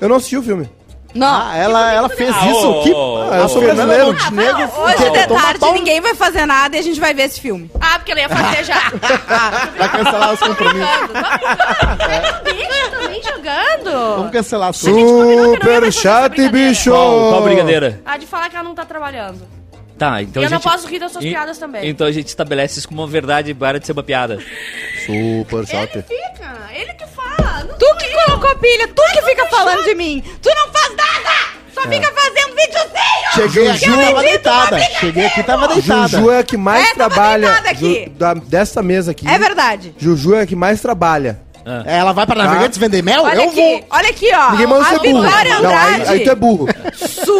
S3: Eu não assisti o filme.
S4: Não.
S2: Ah, ela, ela fez
S1: Ah,
S2: isso
S1: ô,
S2: aqui.
S1: ô,
S3: ô, ô,
S2: é
S3: ô, ô,
S2: Montenegro
S4: Hoje de
S2: tentou matar
S4: tarde
S2: um-
S4: ninguém vai fazer nada e a gente vai ver esse filme.
S5: Ah, porque ela ia fazer já.
S2: Vai cancelar os compromissos.
S5: Bicho, também jogando.
S2: Vamos cancelar as coisas.
S5: combinou que não ia
S3: Super
S5: mais
S3: chat,
S5: fazer essa
S3: bicho!
S1: Qual,
S2: tá
S3: Oh.
S1: qual brigadeira?
S5: A de falar que ela não tá trabalhando.
S1: Tá, então
S5: E
S1: a
S5: eu não
S1: gente-
S5: posso rir das suas
S1: en-
S5: piadas também.
S1: Então a gente estabelece isso como uma verdade para de ser uma piada.
S7: Super
S5: Ele
S7: chato.
S5: fica, ele que fala. Não
S4: Tu que colocou pilha, tu que fica falando de mim. Tu não faz nada! Só fica fazendo videozinho!
S2: Cheguei aqui,
S4: Juju-
S2: tava
S4: Acredito,
S2: deitada.
S4: obrigado.
S2: Cheguei aqui, tava deitada.
S3: Juju é a que mais
S4: Essa
S3: trabalha
S4: tá deitada aqui.
S3: Ju- da, dessa mesa aqui.
S4: É verdade.
S3: Juju é a que mais trabalha.
S2: É, Ela vai pra navegantes vender mel?
S4: Olha
S2: eu
S4: aqui,
S2: vou.
S4: olha aqui, ó.
S3: Ninguém manda
S4: a
S3: ser burro.
S4: Vitória
S3: Não,
S4: Andrade.
S3: aí, aí tu é burro.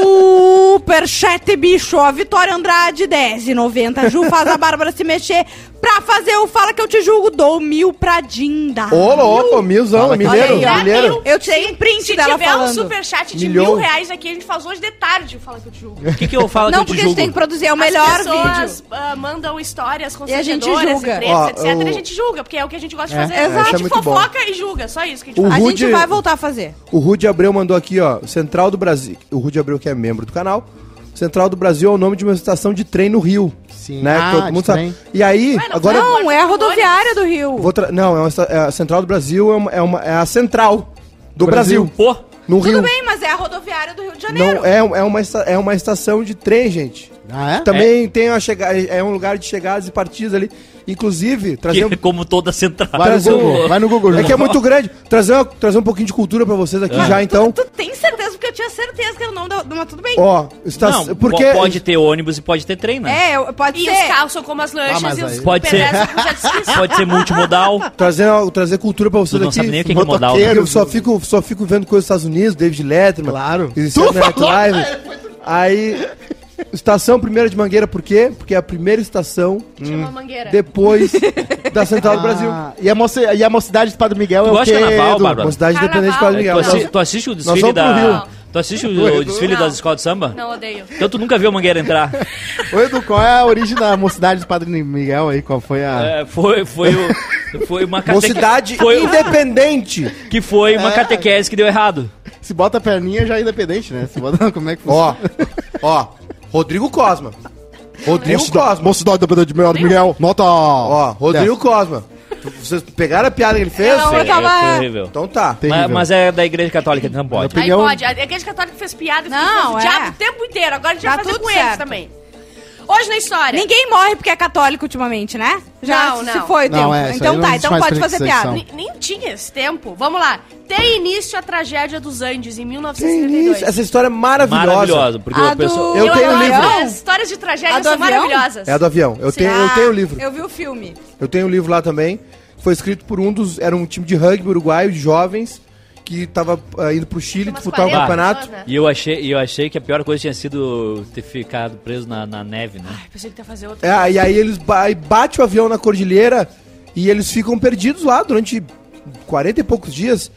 S4: Super chat, bicho. A Vitória Andrade, 10,90. Ju faz a Bárbara se mexer pra fazer o Fala Que Eu Te Julgo. Dou mil pra Dinda.
S3: Ô, louco, milzão, milheiro,
S4: Olha aí, ó.
S3: milheiro.
S4: Eu tirei um print
S5: é Se
S4: dela
S5: tiver um
S4: falando.
S5: superchat de
S3: Milhão.
S5: mil reais aqui, a gente faz hoje de tarde. Fala que eu te julgo.
S1: O que, que eu falo
S4: Não,
S1: que eu
S4: porque
S1: te
S4: a gente
S1: julgo?
S4: tem que produzir é o melhor
S5: As pessoas
S4: vídeo.
S5: ah, mandam histórias com
S4: E a gente
S5: sofredoras
S4: julga.
S5: e tretas,
S3: Ó,
S5: etc. E
S3: o-
S5: a gente julga, porque é o que a gente gosta de fazer.
S4: É, exato.
S3: Isso
S5: a
S3: é
S5: gente
S3: muito bom.
S5: fofoca e julga, só isso que a gente
S3: O
S5: faz.
S4: A gente
S3: Rude-
S4: vai voltar a fazer.
S3: O Rude Abreu mandou aqui, ó. Central do Brasil. O Rude Abreu, que é membro do canal. Central do Brasil é o nome de uma estação de trem no Rio.
S2: Sim.
S3: Né?
S2: Ah,
S3: Todo
S2: de
S3: mundo sabe.
S2: trem.
S3: E aí,
S5: Mas não
S3: agora.
S5: foi-
S4: Não, é a rodoviária do Rio.
S3: vou tra- Não, é uma esta- é a Central do Brasil é, uma, é, uma- é a central do Brasil.
S1: Um Pô,
S3: No
S4: Tudo
S3: Rio.
S4: bem, mas é a rodoviária do Rio de Janeiro.
S3: Não, é, um- é, uma, esta- é uma estação de trem, gente.
S2: Ah, é?
S3: Também tem uma chega... é um lugar de chegadas e partidas ali. Inclusive, trazer um
S1: que, como toda central.
S2: Vai no
S3: Trazer um-
S2: Google, vai no Google.
S3: É que é muito grande. Trazer, uma- trazer um pouquinho de cultura pra vocês
S1: Ah.
S3: aqui já, então.
S4: Tu tem certeza? Porque eu tinha certeza que era o nome da... Mas tudo bem.
S3: Ó, está...
S1: Não, po-
S3: porque
S1: pode ter ônibus e pode ter trem, né?
S4: É, eu- pode
S5: E os
S4: ser.
S5: carros são como as lanchas
S2: mas
S5: e os
S2: aí-
S1: Pode ser.
S5: pedestres com jet skis.
S1: Pode ser multimodal.
S3: trazer, uma- trazer cultura pra
S1: Tu
S3: vocês
S1: não
S3: aqui.
S1: sabe nem o que que é modal.
S3: Porque Eu só fico, só fico vendo coisas dos Estados Unidos, David Letterman.
S2: Claro.
S3: e Saturday Night
S1: É,
S3: Live. Aí, estação primeira de Mangueira, por quê? Porque é a primeira estação
S1: Hum.
S5: Tinha uma mangueira.
S3: depois da Central do Brasil.
S2: Ah, e, a moci- e a mocidade do Padre Miguel
S1: Tu
S2: é o
S1: gosta
S2: quê,
S1: de carnaval,
S2: Edu?
S1: Bárbara?
S3: Uma cidade
S5: Carnaval.
S3: independente de Padre
S1: É Tu,
S3: Miguel.
S1: assi- tu assiste o
S3: Nós
S1: desfile
S3: vamos pro
S1: da.
S3: Rio.
S1: Tu assiste o, o desfile
S5: Não.
S1: das escolas de samba?
S5: Não, odeio.
S1: Então tu nunca viu a Mangueira entrar.
S2: Ô, Edu, qual é a origem da mocidade do Padre Miguel aí? Qual foi a...
S1: É, foi, foi, o- foi uma
S3: Uma
S1: catequese.
S3: cidade
S1: Foi,
S3: independente.
S1: que foi
S3: É.
S1: uma catequese que deu errado.
S2: Se bota a perninha, já é independente, né? Se bota... Como é que
S3: Ó, ó, Rodrigo Cosma. Rodrigo Cosma.
S2: Mocidade do Padre Miguel, nota... um.
S3: Ó, Rodrigo Cosma. Tu- Vocês pegaram a piada que ele fez?
S4: Não, eu tava-
S1: é, foi horrível.
S3: Então tá.
S1: Mas,
S2: Terrível.
S1: mas é da Igreja Católica, então pode.
S5: Aí
S3: um-
S2: Opinião-
S5: pode. A igreja católica fez piada e
S4: Não,
S5: fez o
S4: é.
S5: diabo o tempo inteiro. Agora a gente
S4: Tá
S5: vai fazer
S4: tudo
S5: com
S4: certo.
S5: eles também. Hoje na história.
S4: Ninguém morre porque é católico ultimamente, né? Já
S5: Não,
S4: se
S5: não.
S4: foi o
S2: Não,
S4: tempo.
S2: é, isso aí
S4: então
S2: não
S4: tá,
S2: existe
S4: então
S2: mais
S4: pode fazer
S2: perseguição.
S4: piada.
S5: Ni- Nem tinha esse tempo. Vamos lá. Tem início a tragédia dos Andes em
S3: Tem isso.
S5: 1972.
S3: Essa história é maravilhosa.
S1: Maravilhoso, porque
S4: A
S1: o pessoal.
S4: do-
S3: Eu tenho
S5: adoro
S3: um livro.
S5: histórias- Histórias de
S4: A
S5: tragédia
S4: do
S5: são
S4: avião?
S5: maravilhosas.
S3: É a do avião. Eu tenho, eu
S4: Ah,
S3: tenho o livro.
S4: Eu vi o filme.
S3: Eu tenho um livro lá também. Foi escrito por um dos. Era um time de rugby uruguaio, de jovens, que tava ah, indo pro Chile
S5: Umas
S3: disputar o
S5: 40
S3: campeonato.
S5: pessoas, né?
S1: E eu achei, e eu achei que a pior coisa tinha sido ter ficado preso na, na neve, né?
S5: Ai, pensei que ia fazer outra.
S3: É, e aí eles ba aí bate o avião na cordilheira e eles ficam perdidos lá durante 40 e poucos dias.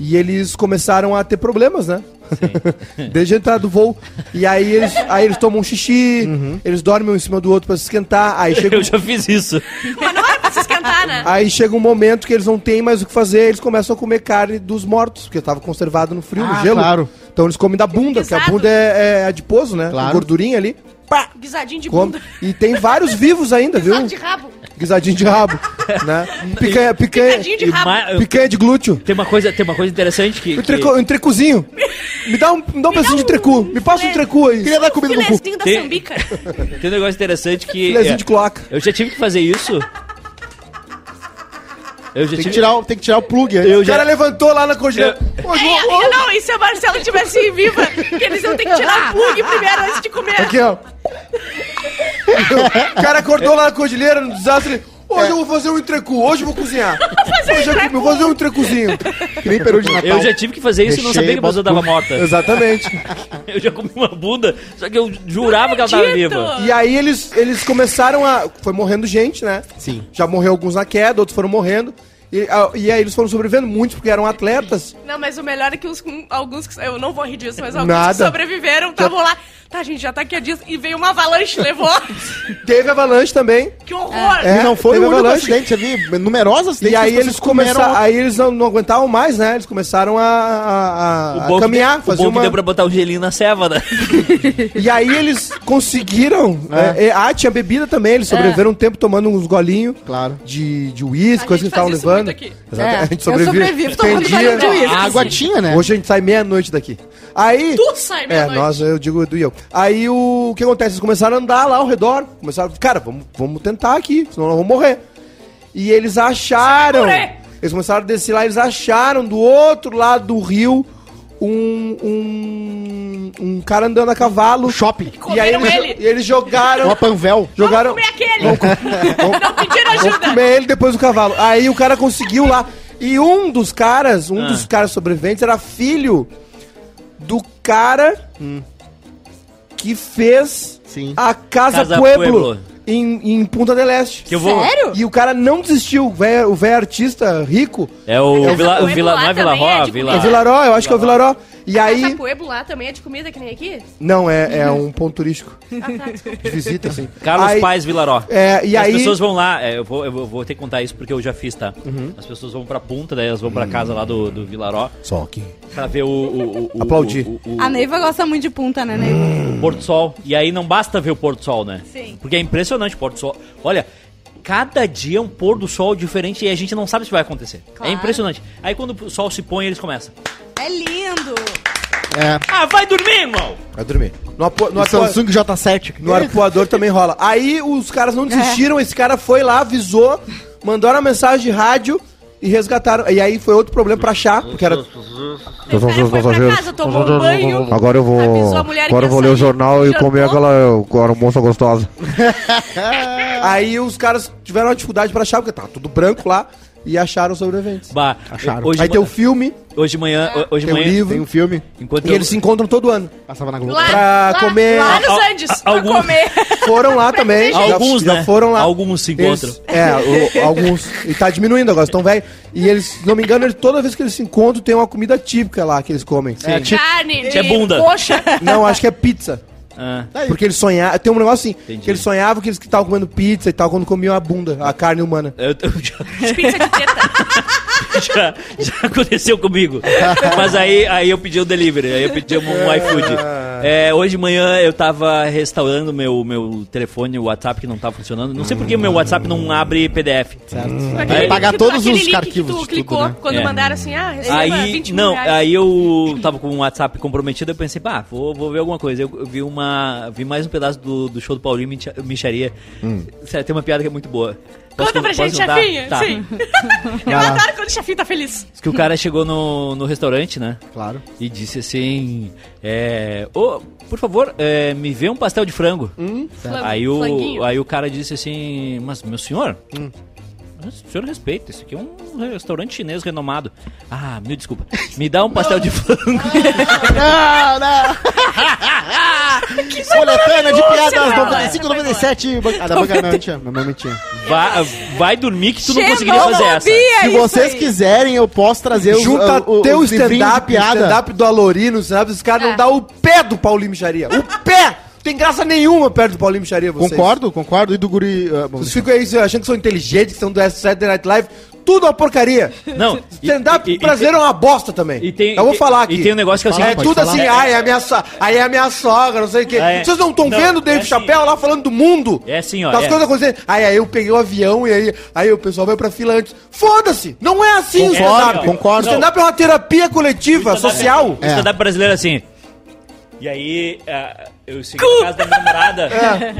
S3: E eles começaram a ter problemas, né? Desde a entrada do voo. E aí eles, aí eles tomam um xixi,
S2: Uhum.
S3: eles dormem um em cima do outro pra se esquentar. Aí chega,
S1: Eu já fiz isso.
S5: Mas não é pra se esquentar, né?
S3: aí chega um momento que eles não têm mais o que fazer, eles começam a comer carne dos mortos, porque tava conservado no frio,
S2: Ah,
S3: no gelo.
S2: claro.
S3: Então eles comem da bunda, porque a
S5: Guisado.
S3: bunda é, é adiposo, né?
S2: Claro.
S3: Tem Gordurinha ali.
S5: Guisadinho de
S3: Come.
S5: bunda.
S3: E tem vários vivos ainda, viu?
S5: Guisado de rabo.
S3: Guisadinho de rabo, né? Picanha, picanha,
S5: Guisadinho de
S1: E
S5: rabo.
S1: ma-
S3: picanha de glúteo.
S1: Tem uma coisa, tem uma coisa interessante que.
S3: Um,
S1: que-
S3: treco, um trecozinho. Me dá um, me dá um pedacinho de trecu. Me passa um
S5: filé.
S3: trecu aí.
S2: Queria dar comida no cu.
S5: Filezinho da
S1: Tem-
S5: sambica.
S1: Tem um negócio interessante que.
S3: Filézinho de cloaca.
S1: Eu já tive que fazer isso. Eu já
S2: Tem que
S1: tive.
S2: tirar, o- tem que tirar o plug.
S1: Eu
S3: O
S1: já...
S3: cara levantou lá na cordilheira. Ô,
S5: Ei,
S3: João,
S5: ei, Não, e se a Marcela tivesse viva, que eles iam ter que tirar o plug primeiro antes de comer.
S3: Aqui, ó. o cara acordou lá na cordilheira, no desastre. Hoje eu vou fazer um entrecu, hoje eu vou cozinhar. hoje eu vou fazer um trecuzinho.
S2: Que nem peru de Natal.
S1: Eu já tive que fazer isso e não
S2: Recheio,
S1: sabia que a pessoa
S2: bota
S1: tava morta.
S3: Exatamente.
S1: Eu já comi uma bunda, só que eu jurava que ela tava
S5: acredito.
S1: viva.
S3: E aí eles, eles começaram a. Foi morrendo gente, né?
S2: Sim.
S3: Já morreu alguns na queda, outros foram morrendo. E, a- e aí eles foram sobrevivendo, muitos porque eram atletas.
S5: Não, mas o melhor é que os, alguns que. Eu não vou rir disso, mas alguns
S3: Nada.
S5: que sobreviveram estavam lá. Tá, gente, já tá aqui há dias. E veio uma avalanche, levou.
S3: Teve avalanche também.
S5: Que horror!
S3: É.
S2: E não foi
S3: teve
S2: o único
S3: avalanche.
S2: acidente, teve numerosos acidentes.
S3: E aí
S2: as pessoas
S3: eles começaram. Aí eles não, não aguentavam mais, né? Eles começaram a, a- a- a
S1: que
S3: Ah, caminhar,
S1: deu- o
S3: fazer
S1: bom que
S3: uma.
S1: deu pra botar um gelinho na ceva, né?
S3: E aí eles conseguiram. é, é, ah, tinha bebida também,
S4: É.
S3: eles sobreviveram um tempo tomando uns golinhos.
S2: Claro.
S3: De, de uísque,
S5: A
S3: coisa que
S5: gente
S3: estavam
S5: faz isso
S3: levando.
S5: muito aqui.
S3: Exato,
S4: É,
S3: a gente
S4: eu
S3: sobrevive.
S4: sobrevivo tomando
S3: Tem
S4: golinho de
S3: dia-
S4: uísque.
S2: A água tinha, né?
S3: Hoje a gente sai meia-noite daqui. Aí.
S5: Tu sai
S3: É,
S5: meia-noite.
S3: nós, eu digo Edu e eu. Aí o, o que acontece? Eles começaram a andar lá ao redor. Começaram, cara, vamos, vamos tentar aqui, senão nós vamos morrer. E eles acharam.
S5: morrer!
S3: Eles começaram a descer lá, eles acharam do outro lado do rio um. um, um cara andando a cavalo.
S2: Shopping.
S3: E aí
S5: Comeram
S3: eles,
S5: ele.
S3: e eles
S2: Uma
S3: jogaram.
S2: panvel.
S3: jogaram.
S5: Vamos comer aquele!
S3: Vamos com- vamos-
S5: Não pediram
S3: Vou
S5: ajuda!
S3: comer ele depois do cavalo. Aí o cara conseguiu lá. E um dos caras, um
S1: Ah.
S3: dos caras sobreviventes era filho do cara
S1: Hum.
S3: que fez
S2: Sim.
S3: a Casa,
S1: Casa
S3: Pueblo,
S1: Pueblo.
S3: Em, em Punta del Este.
S1: Que eu vou...
S4: Sério?
S3: E o cara não desistiu. O velho o velho artista rico.
S1: É o Vila...
S5: o
S1: o Vila... Não é
S5: Emular
S1: Vila
S5: também é
S1: Ró?
S5: de
S1: Vila...
S3: É Vilaró, eu acho que é o Vilaró. E
S5: Essa
S3: aí.
S5: pueblo lá também é de comida que nem aqui?
S3: Não, é, é um ponto turístico.
S5: Ah, tá, desculpa.
S3: De visita, assim.
S1: Carlos
S3: Aí-
S1: Paz Vilaró.
S3: É, e
S1: as
S3: aí-
S1: pessoas vão lá, é, eu, vou, eu vou- vou ter que contar isso porque eu já fiz, tá?
S3: Uhum.
S1: As pessoas vão pra ponta, daí elas vão pra casa lá do, do Vilaró
S7: Só aqui.
S1: pra ver o. o- o- o-
S3: Aplaudir.
S1: o- o-
S5: Ah,
S4: A Neiva gosta muito de punta, né, Neiva?
S1: o Porto Sol. E aí não basta ver o Porto Sol, né?
S4: Sim.
S1: Porque é impressionante o Porto Sol. Olha. Cada dia é um pôr do sol diferente e a gente não sabe se vai acontecer.
S4: Claro.
S1: É impressionante. Aí quando o sol se põe, eles começam.
S4: É lindo!
S2: É.
S1: Ah, vai dormir, irmão!
S3: Vai dormir. No, apo- no
S2: No
S3: apo-
S2: Samsung J7.
S3: No arpoador também rola. Aí os caras não desistiram, esse cara foi lá, avisou, mandaram uma mensagem de rádio e resgataram. E aí foi outro problema pra achar, porque era.
S5: O cara foi pra casa, tomou um banho.
S7: Agora eu vou.
S5: Avisou a mulher
S7: Agora eu
S5: que
S7: vou
S5: ia
S7: ler o
S5: sair,
S7: jornal e
S5: jantou.
S7: comer aquela aquela moça gostosa.
S3: Aí os caras tiveram uma dificuldade pra achar, porque tava tudo branco lá, e acharam os sobreviventes.
S1: Bah, hoje,
S3: aí
S1: de
S3: tem o
S1: ma-
S3: filme,
S1: hoje de manhã,
S4: É.
S1: hoje de
S3: tem o
S1: manhã,
S3: livro,
S2: Tem um filme.
S1: enquanto
S3: e
S1: eu-
S3: eles se encontram todo ano.
S2: Passava na Globo.
S5: Lá,
S3: Pra
S5: lá-
S3: comer-
S5: Lá nos
S1: Al-
S5: Andes,
S1: al-
S5: pra
S1: algum-
S5: comer.
S3: Foram lá também.
S1: Alguns,
S3: já,
S1: né?
S3: já foram lá.
S1: Alguns se
S3: Eles-
S1: encontram.
S3: é, o- alguns. E tá diminuindo agora, estão velho. E eles, se não me engano, eles, toda vez que eles se encontram, tem uma comida típica lá que eles comem.
S1: É, tipo-
S5: Carne,
S1: Tinha
S5: de
S1: bunda.
S5: coxa.
S3: Não, acho que é pizza.
S1: Ah,
S3: Porque ele sonhava. Tem um negócio assim,
S1: Entendi.
S3: que ele sonhava que eles que estavam comendo pizza e tal, quando comiam a bunda, a carne humana.
S1: eu- eu já-
S5: Pizza de teta.
S1: já, já aconteceu comigo. Mas aí, aí eu pedi o delivery, aí eu pedi um, um iFood. É, hoje de manhã eu tava restaurando meu, meu telefone, o WhatsApp que não tava funcionando. Não sei por que meu WhatsApp não abre PDF.
S2: Vai pagar
S5: que
S2: todos
S5: aquele
S2: os
S5: link
S2: arquivos
S5: que
S2: de
S5: tu
S2: tudo,
S5: clicou
S2: né?
S5: quando
S1: É.
S5: mandaram assim, ah, receba
S1: Aí,
S5: 20 mil
S1: não, é,
S5: reais.
S1: aí eu tava com o WhatsApp comprometido, eu pensei, pá, vou, vou ver alguma coisa. Eu, eu vi uma. Vi mais um pedaço do, do show do Paulinho Mincha- Micharia. Sério, tem uma piada que é muito boa.
S5: Conta
S1: con-
S5: pra gente,
S1: contar?
S5: chefinha.
S1: Tá.
S5: Sim. Eu adoro quando o chefinho tá feliz.
S1: Diz que o cara chegou no, no restaurante, né?
S2: Claro.
S1: E disse assim: é, Ô, por favor, é, me vê um pastel de frango. aí, o,
S5: Flanguinho.
S1: aí o cara disse assim: Mas, meu senhor, mas o senhor respeita, isso aqui é um restaurante chinês renomado. Ah, mil desculpa. Me dá um pastel de frango.
S2: Não, não. Coletânea de piadas
S5: maravilhoso,
S2: 95,
S5: ela.
S2: 97. ban- Ah, da banca não tinha. Minha mãe não tinha.
S1: vai, vai dormir que tu não conseguiria fazer essa.
S2: Se vocês quiserem, eu posso trazer os,
S3: Junta
S2: o- o-
S3: teu
S2: os livrinhos de
S3: stand-up, o
S2: piada.
S3: stand-up do Alorino, stand os caras não dão o pé do Paulinho Micharia. O pé! Não tem graça nenhuma perto do Paulinho Micharia, vocês.
S2: Concordo, concordo. E do guri... ah, bom,
S3: Vocês ficam aí achando que são inteligentes, que são do Saturday Night Live. Tudo uma porcaria.
S1: Não, e- e-
S3: Stand-up
S1: e-
S3: brasileiro é uma bosta também.
S1: E tem,
S3: Eu vou
S1: e-
S3: falar aqui.
S1: E tem um negócio que é o
S2: Fala,
S1: seguinte:
S3: é tudo
S2: falar.
S3: assim, ah, é a minha, so... aí é a minha sogra, não sei o quê.
S1: Ah, é.
S3: Vocês não estão
S1: Não,
S3: vendo o Dave
S1: é assim.
S3: Chappelle lá falando do mundo?
S1: É assim, ó,
S3: Das
S1: é.
S3: coisas acontecendo. Aí, aí eu peguei o avião e aí, aí o pessoal vai pra fila antes. Foda-se! Não é assim o
S1: Concordo,
S3: stand-up.
S2: concordo.
S3: O stand-up é uma terapia coletiva,
S1: O stand-up-
S3: social.
S1: O stand-up brasileiro é assim. E aí, ah, eu cheguei na casa da minha namorada,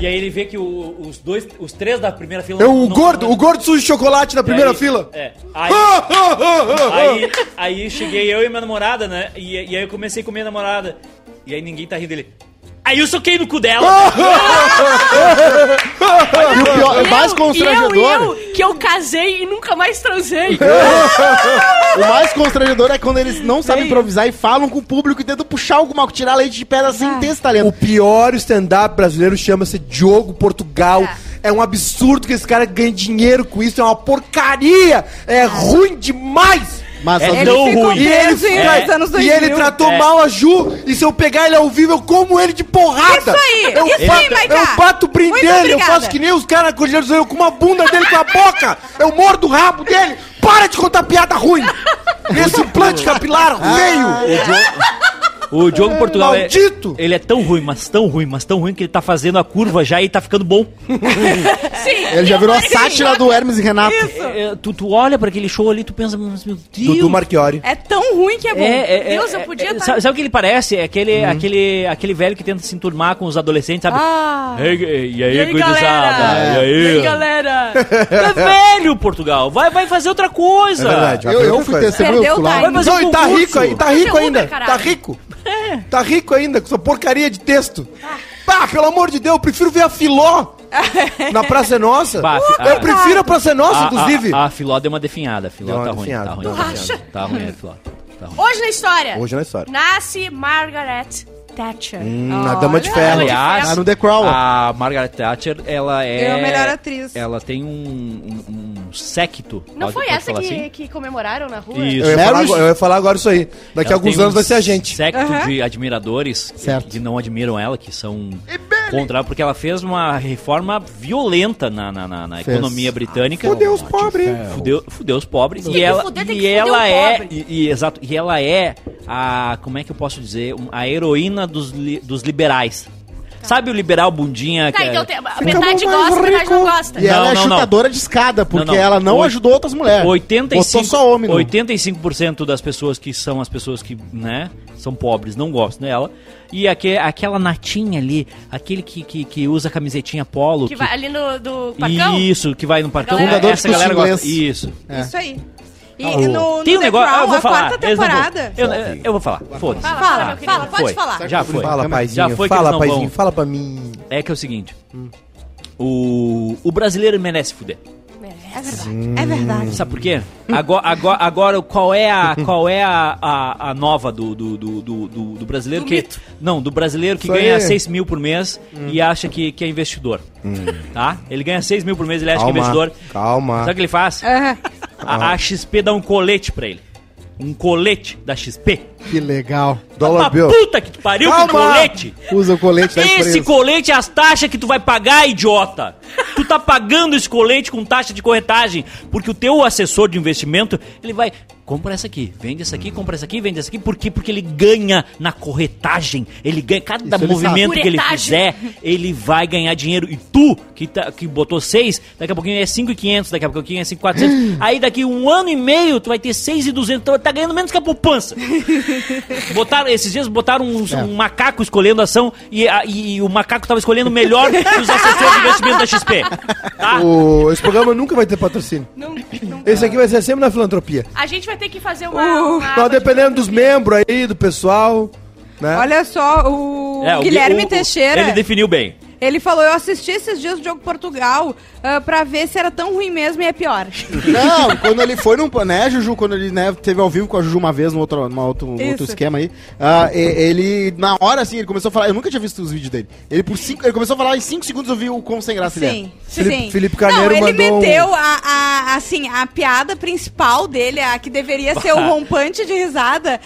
S1: e aí ele vê que o- os dois, os três da primeira fila...
S3: É
S1: não- não-
S3: o gordo,
S1: não-
S3: o gordo sujo de chocolate
S1: e
S3: na
S1: aí-
S3: primeira fila.
S1: É. Aí,
S3: Ah, ah, ah, ah,
S1: aí, aí cheguei eu e minha namorada, né? E, e aí eu comecei com minha namorada. E aí ninguém tá rindo dele. Aí eu soquei no cu dela.
S3: Ah!
S2: E o pior,
S5: E
S2: o é mais
S5: eu-
S2: constrangedor...
S5: E eu, e eu, que eu casei e nunca mais transei.
S2: O mais constrangedor é quando eles não sabem improvisar e falam com o público e tentam puxar alguma, tirar leite de pedra sem ter esse
S3: O
S2: talento.
S3: pior stand-up brasileiro chama-se Diogo Portugal. É. um absurdo que esse cara ganhe dinheiro com isso. É uma porcaria. É ruim demais.
S2: Mas
S1: É
S2: as-
S1: tão ruim.
S3: E ele,
S4: Preso em
S3: tra-
S4: dois anos
S3: e
S4: 2000.
S3: ele tratou
S1: É.
S3: mal a Ju. E se eu pegar ele ao vivo, eu como ele de porrada.
S4: Isso aí,
S3: Eu
S4: isso aí,
S3: bato,
S4: Maiká.
S3: Eu bato o brim
S4: Muito
S3: dele. Eu
S4: obrigada.
S3: faço que nem os caras com dinheiro. Eu como a bunda dele com a boca. Eu mordo o rabo dele. Para de contar piada ruim. Esse implante capilar
S1: Ah, é
S3: feio.
S1: O Diogo Portugal é,
S3: maldito!
S1: ele é tão ruim, mas tão ruim, mas tão ruim que ele tá fazendo a curva já e tá ficando bom.
S5: Sim.
S2: Ele já virou a
S5: Sim.
S2: sátira do Hermes e Renato.
S1: É, é, tu, tu olha pra aquele show ali, tu pensa, mas meu Deus,
S3: Marchiori.
S4: É tão ruim que é bom.
S1: É, é,
S5: Deus,
S1: é,
S5: eu podia
S1: é,
S5: tá-
S1: sabe, sabe o que ele parece? É
S3: Uhum.
S1: aquele, aquele, aquele velho que tenta se enturmar com os adolescentes, sabe?
S5: Ah.
S1: Ei, e,
S5: E aí,
S3: É.
S5: galera? E aí, galera?
S1: É velho, Portugal. Vai, vai fazer outra
S3: É
S1: coisa.
S2: Eu, eu fui testemunha
S4: Perdeu o
S2: ocular.
S1: Vai
S4: time.
S1: fazer
S3: Não,
S1: um
S3: e tá
S1: concurso.
S3: rico aí, tá rico
S5: Uber,
S3: ainda.
S5: caralho.
S3: Tá rico.
S4: É.
S3: Tá rico ainda, com sua porcaria de texto.
S4: Ah.
S3: Pá, pelo amor de Deus, eu prefiro ver a Filó na Praça é Nossa.
S1: Bah, fi-
S3: eu
S1: ah,
S3: prefiro a Praça é Nossa,
S1: a,
S3: inclusive.
S1: A, a Filó deu uma definhada. A Filó
S3: Deu uma
S1: tá ruim,
S3: definhada.
S1: tá ruim.
S3: Tu
S1: Tá
S5: acha?
S1: ruim, tá ruim a Filó. Tá ruim.
S5: Hoje na história.
S3: é
S7: Hoje na história.
S5: Nasce Margaret Thatcher.
S7: Hum, a dama de
S5: é
S7: ferro.
S1: Aliás,
S2: Ah, no The Crown.
S1: a Margaret Thatcher, ela é...
S4: Ganhou a melhor atriz.
S1: Ela tem um, um, um séquito.
S5: Não
S1: pode-
S5: foi
S1: pode
S5: essa
S1: falar
S5: que,
S1: assim?
S5: que comemoraram na rua?
S1: Isso.
S3: Eu ia, falar,
S2: Meryl
S3: agora- eu ia falar agora isso aí.
S1: Ela
S3: Daqui a É alguns
S1: tem um
S3: anos vai ser a gente.
S1: Secto
S4: Aham.
S1: de admiradores
S2: Certo.
S1: que não admiram ela, que são contra, porque ela fez uma reforma violenta na, na, na- na
S2: Fez.
S1: economia britânica.
S3: Ah, Fudeu os pobres.
S1: Fudeu, fudeu os pobres.
S5: Tem
S1: E
S5: que
S1: ela,
S5: fuder, tem que
S1: e
S5: fuder o
S1: ela é.
S5: pobre.
S1: E, e- exato. E ela é a. Como é que eu posso dizer? Um- A heroína dos, li- dos liberais. Sabe o liberal bundinha
S5: Tá,
S1: que- é
S5: então tem-
S2: mais
S5: metade gosta, metade não
S2: rico.
S5: gosta.
S2: E ela é
S1: Não, não, não.
S2: chutadora de escada, porque
S1: Não, não.
S2: ela não
S1: Oi-
S2: ajudou outras mulheres.
S1: 85,
S2: É, Botou só homem. no-
S1: 85% das pessoas que são as pessoas que, né, são pobres, não gostam dela. E aque, aquela natinha ali, aquele que, que, que usa camisetinha polo.
S5: Que vai ali no do parcão?
S1: Isso, que vai no parcão.
S5: Galera-
S2: Fundador
S1: essa
S2: do
S1: galera
S2: curso
S1: gosta.
S2: inglês.
S1: Isso.
S4: Isso aí. E no, no
S1: Tem um
S4: The
S1: negócio,
S4: Crown,
S1: eu vou
S4: a
S1: falar. é
S4: quarta
S1: eles não vão.
S4: temporada.
S1: Eu, eu- eu vou falar. Foda-se.
S5: Fala,
S4: Fala,
S5: fala, meu querido.
S4: fala, pode
S1: Foi.
S4: falar.
S1: Já foi.
S7: Fala, paizinho.
S1: Já foi que eles
S7: fala,
S1: não
S7: paizinho.
S1: vão.
S7: Fala pra mim.
S1: É que é o seguinte. O, o brasileiro merece fuder.
S4: É verdade, é verdade.
S1: Sabe por quê? Agora, agora, agora qual é a, qual é a, a, a nova do, do, do, do, do- do brasileiro
S5: Do
S1: que.
S5: mito.
S1: Não, do brasileiro que
S3: Isso
S1: ganha
S3: aí.
S1: 6 mil por mês
S7: Hum.
S1: e acha que, que é investidor. Tá? Ele ganha 6 mil por mês, ele acha que é
S7: Calma.
S1: investidor.
S7: Calma.
S1: Sabe o que ele faz?
S4: Aham.
S1: A, a XP dá um colete pra ele. Um colete da XP.
S2: Que legal.
S1: Uma
S7: Dólar bill.
S1: puta que tu pariu com
S3: Calma.
S1: colete!
S2: Usa o colete tá da
S1: Esse
S2: empresa.
S1: colete é as taxas que tu vai pagar, idiota! Tu tá pagando esse colete com taxa de corretagem, porque o teu assessor de investimento, ele vai. Compra essa aqui, vende essa aqui, compra essa aqui, vende essa aqui. Por quê? Porque ele ganha na corretagem. Ele ganha cada
S2: Isso ele
S1: movimento
S5: sabe.
S1: que ele
S5: Curetagem.
S1: fizer, ele vai ganhar dinheiro. E tu, que, tá, que botou seis, daqui a pouquinho é 5,500, daqui a pouquinho é 5,400. Aí daqui um ano e meio, tu vai ter 6,200. Então tá ganhando menos que a poupança. Botaram, esses dias botaram
S3: É.
S1: uns- um macaco escolhendo a ação e, a- e- e o macaco tava escolhendo melhor que os assessores de investimento da XP. Tá?
S3: O- esse programa nunca vai ter patrocínio.
S5: Não, não-
S3: Esse aqui vai ser sempre na filantropia.
S5: A gente vai ter que fazer uma. uma
S3: Nós Uh, tá dependendo dos membros aí, do pessoal, né?
S4: Olha só, o
S8: É, o Gui-
S4: Guilherme
S8: o- o-
S4: Teixeira.
S8: Ele definiu bem.
S4: Ele falou, eu assisti esses dias o jogo Portugal ah, pra ver se era tão ruim mesmo e é pior.
S2: Não, quando ele foi num. Né, Juju? Quando ele né, teve ao vivo com a Juju uma vez, num outro, numa outro, num outro
S4: Isso.
S2: esquema aí. ah, e- ele, na hora, assim, ele começou a falar. Eu nunca tinha visto os vídeos dele. Ele, por cinco, ele começou a falar em 5 segundos eu vi o quão
S3: Tá
S2: sem graça ele é.
S4: Sim,
S3: Felipe-
S4: sim.
S3: Felipe Carneiro
S4: Não, ele
S3: mandou um-
S4: meteu a, a- assim, a piada principal dele, a que deveria ser o rompante de risada.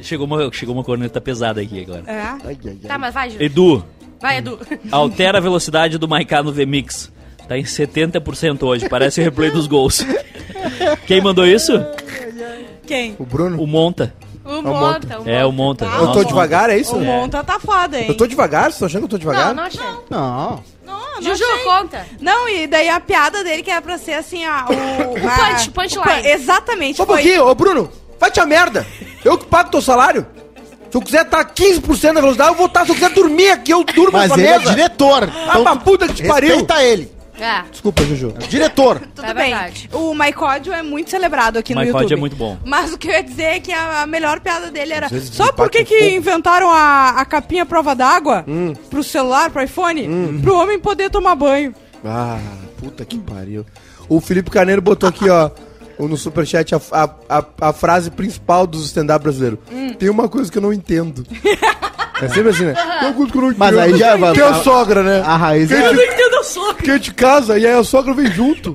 S1: Chegou uma, chegou uma corneta pesada aqui agora.
S4: É.
S5: Tá, mas vai, Ju.
S1: Edu,
S5: Vai, Edu.
S1: É altera a velocidade do Maiká no VMix. Tá em 70% hoje, parece o replay dos gols. Quem mandou isso?
S4: Quem?
S3: O Bruno.
S1: O Monta.
S5: O Monta. o
S1: É, o Monta.
S4: Eu
S3: Eu
S1: Nossa,
S3: tô devagar, é isso?
S4: O Monta tá foda, hein?
S3: Eu tô devagar? Vocês estão achando que eu tô
S5: Não,
S3: devagar?
S5: não achei.
S2: Não.
S4: Não, não
S5: Juju,
S4: achei.
S5: conta.
S4: Não, e daí a piada dele que era pra ser assim, a, o... a-
S5: punch, punchline.
S4: o pun- Exatamente.
S3: Só um
S4: foi.
S3: pouquinho, ô Bruno, vai te a merda. Eu que pago teu salário. Se eu quiser tá estar 15% da velocidade, eu vou estar. Se eu quiser dormir aqui, eu durmo
S2: Mas
S3: nessa
S2: ele é
S3: mesa.
S2: diretor.
S3: Ah,
S2: Então,
S3: pra puta que te pariu.
S2: respeita ele.
S5: É.
S3: Desculpa, Juju.
S2: Diretor.
S4: Tudo
S5: É
S4: bem.
S5: verdade.
S4: O Maicódio é muito celebrado aqui no
S1: Maicódio
S4: YouTube.
S1: é muito bom.
S4: Mas o que eu ia dizer é que a, a melhor piada dele era...
S9: Às vezes
S4: Só
S9: bate
S4: porque
S9: um
S4: que
S9: pouco.
S4: inventaram a, a capinha à prova d'água
S1: Hum.
S4: pro celular, pro iPhone, pro homem poder tomar banho.
S3: Ah, puta que pariu. O Felipe Carneiro botou aqui, ó, no superchat, a, a, a, a frase principal dos stand-up brasileiro. Tem uma coisa que eu não entendo. É sempre assim, né? Tem uma coisa que eu não entendo.
S2: Mas aí já-
S3: Que é a sogra, né?
S2: A raiz é.
S3: Quem te, quem te casa e aí a sogra vem junto.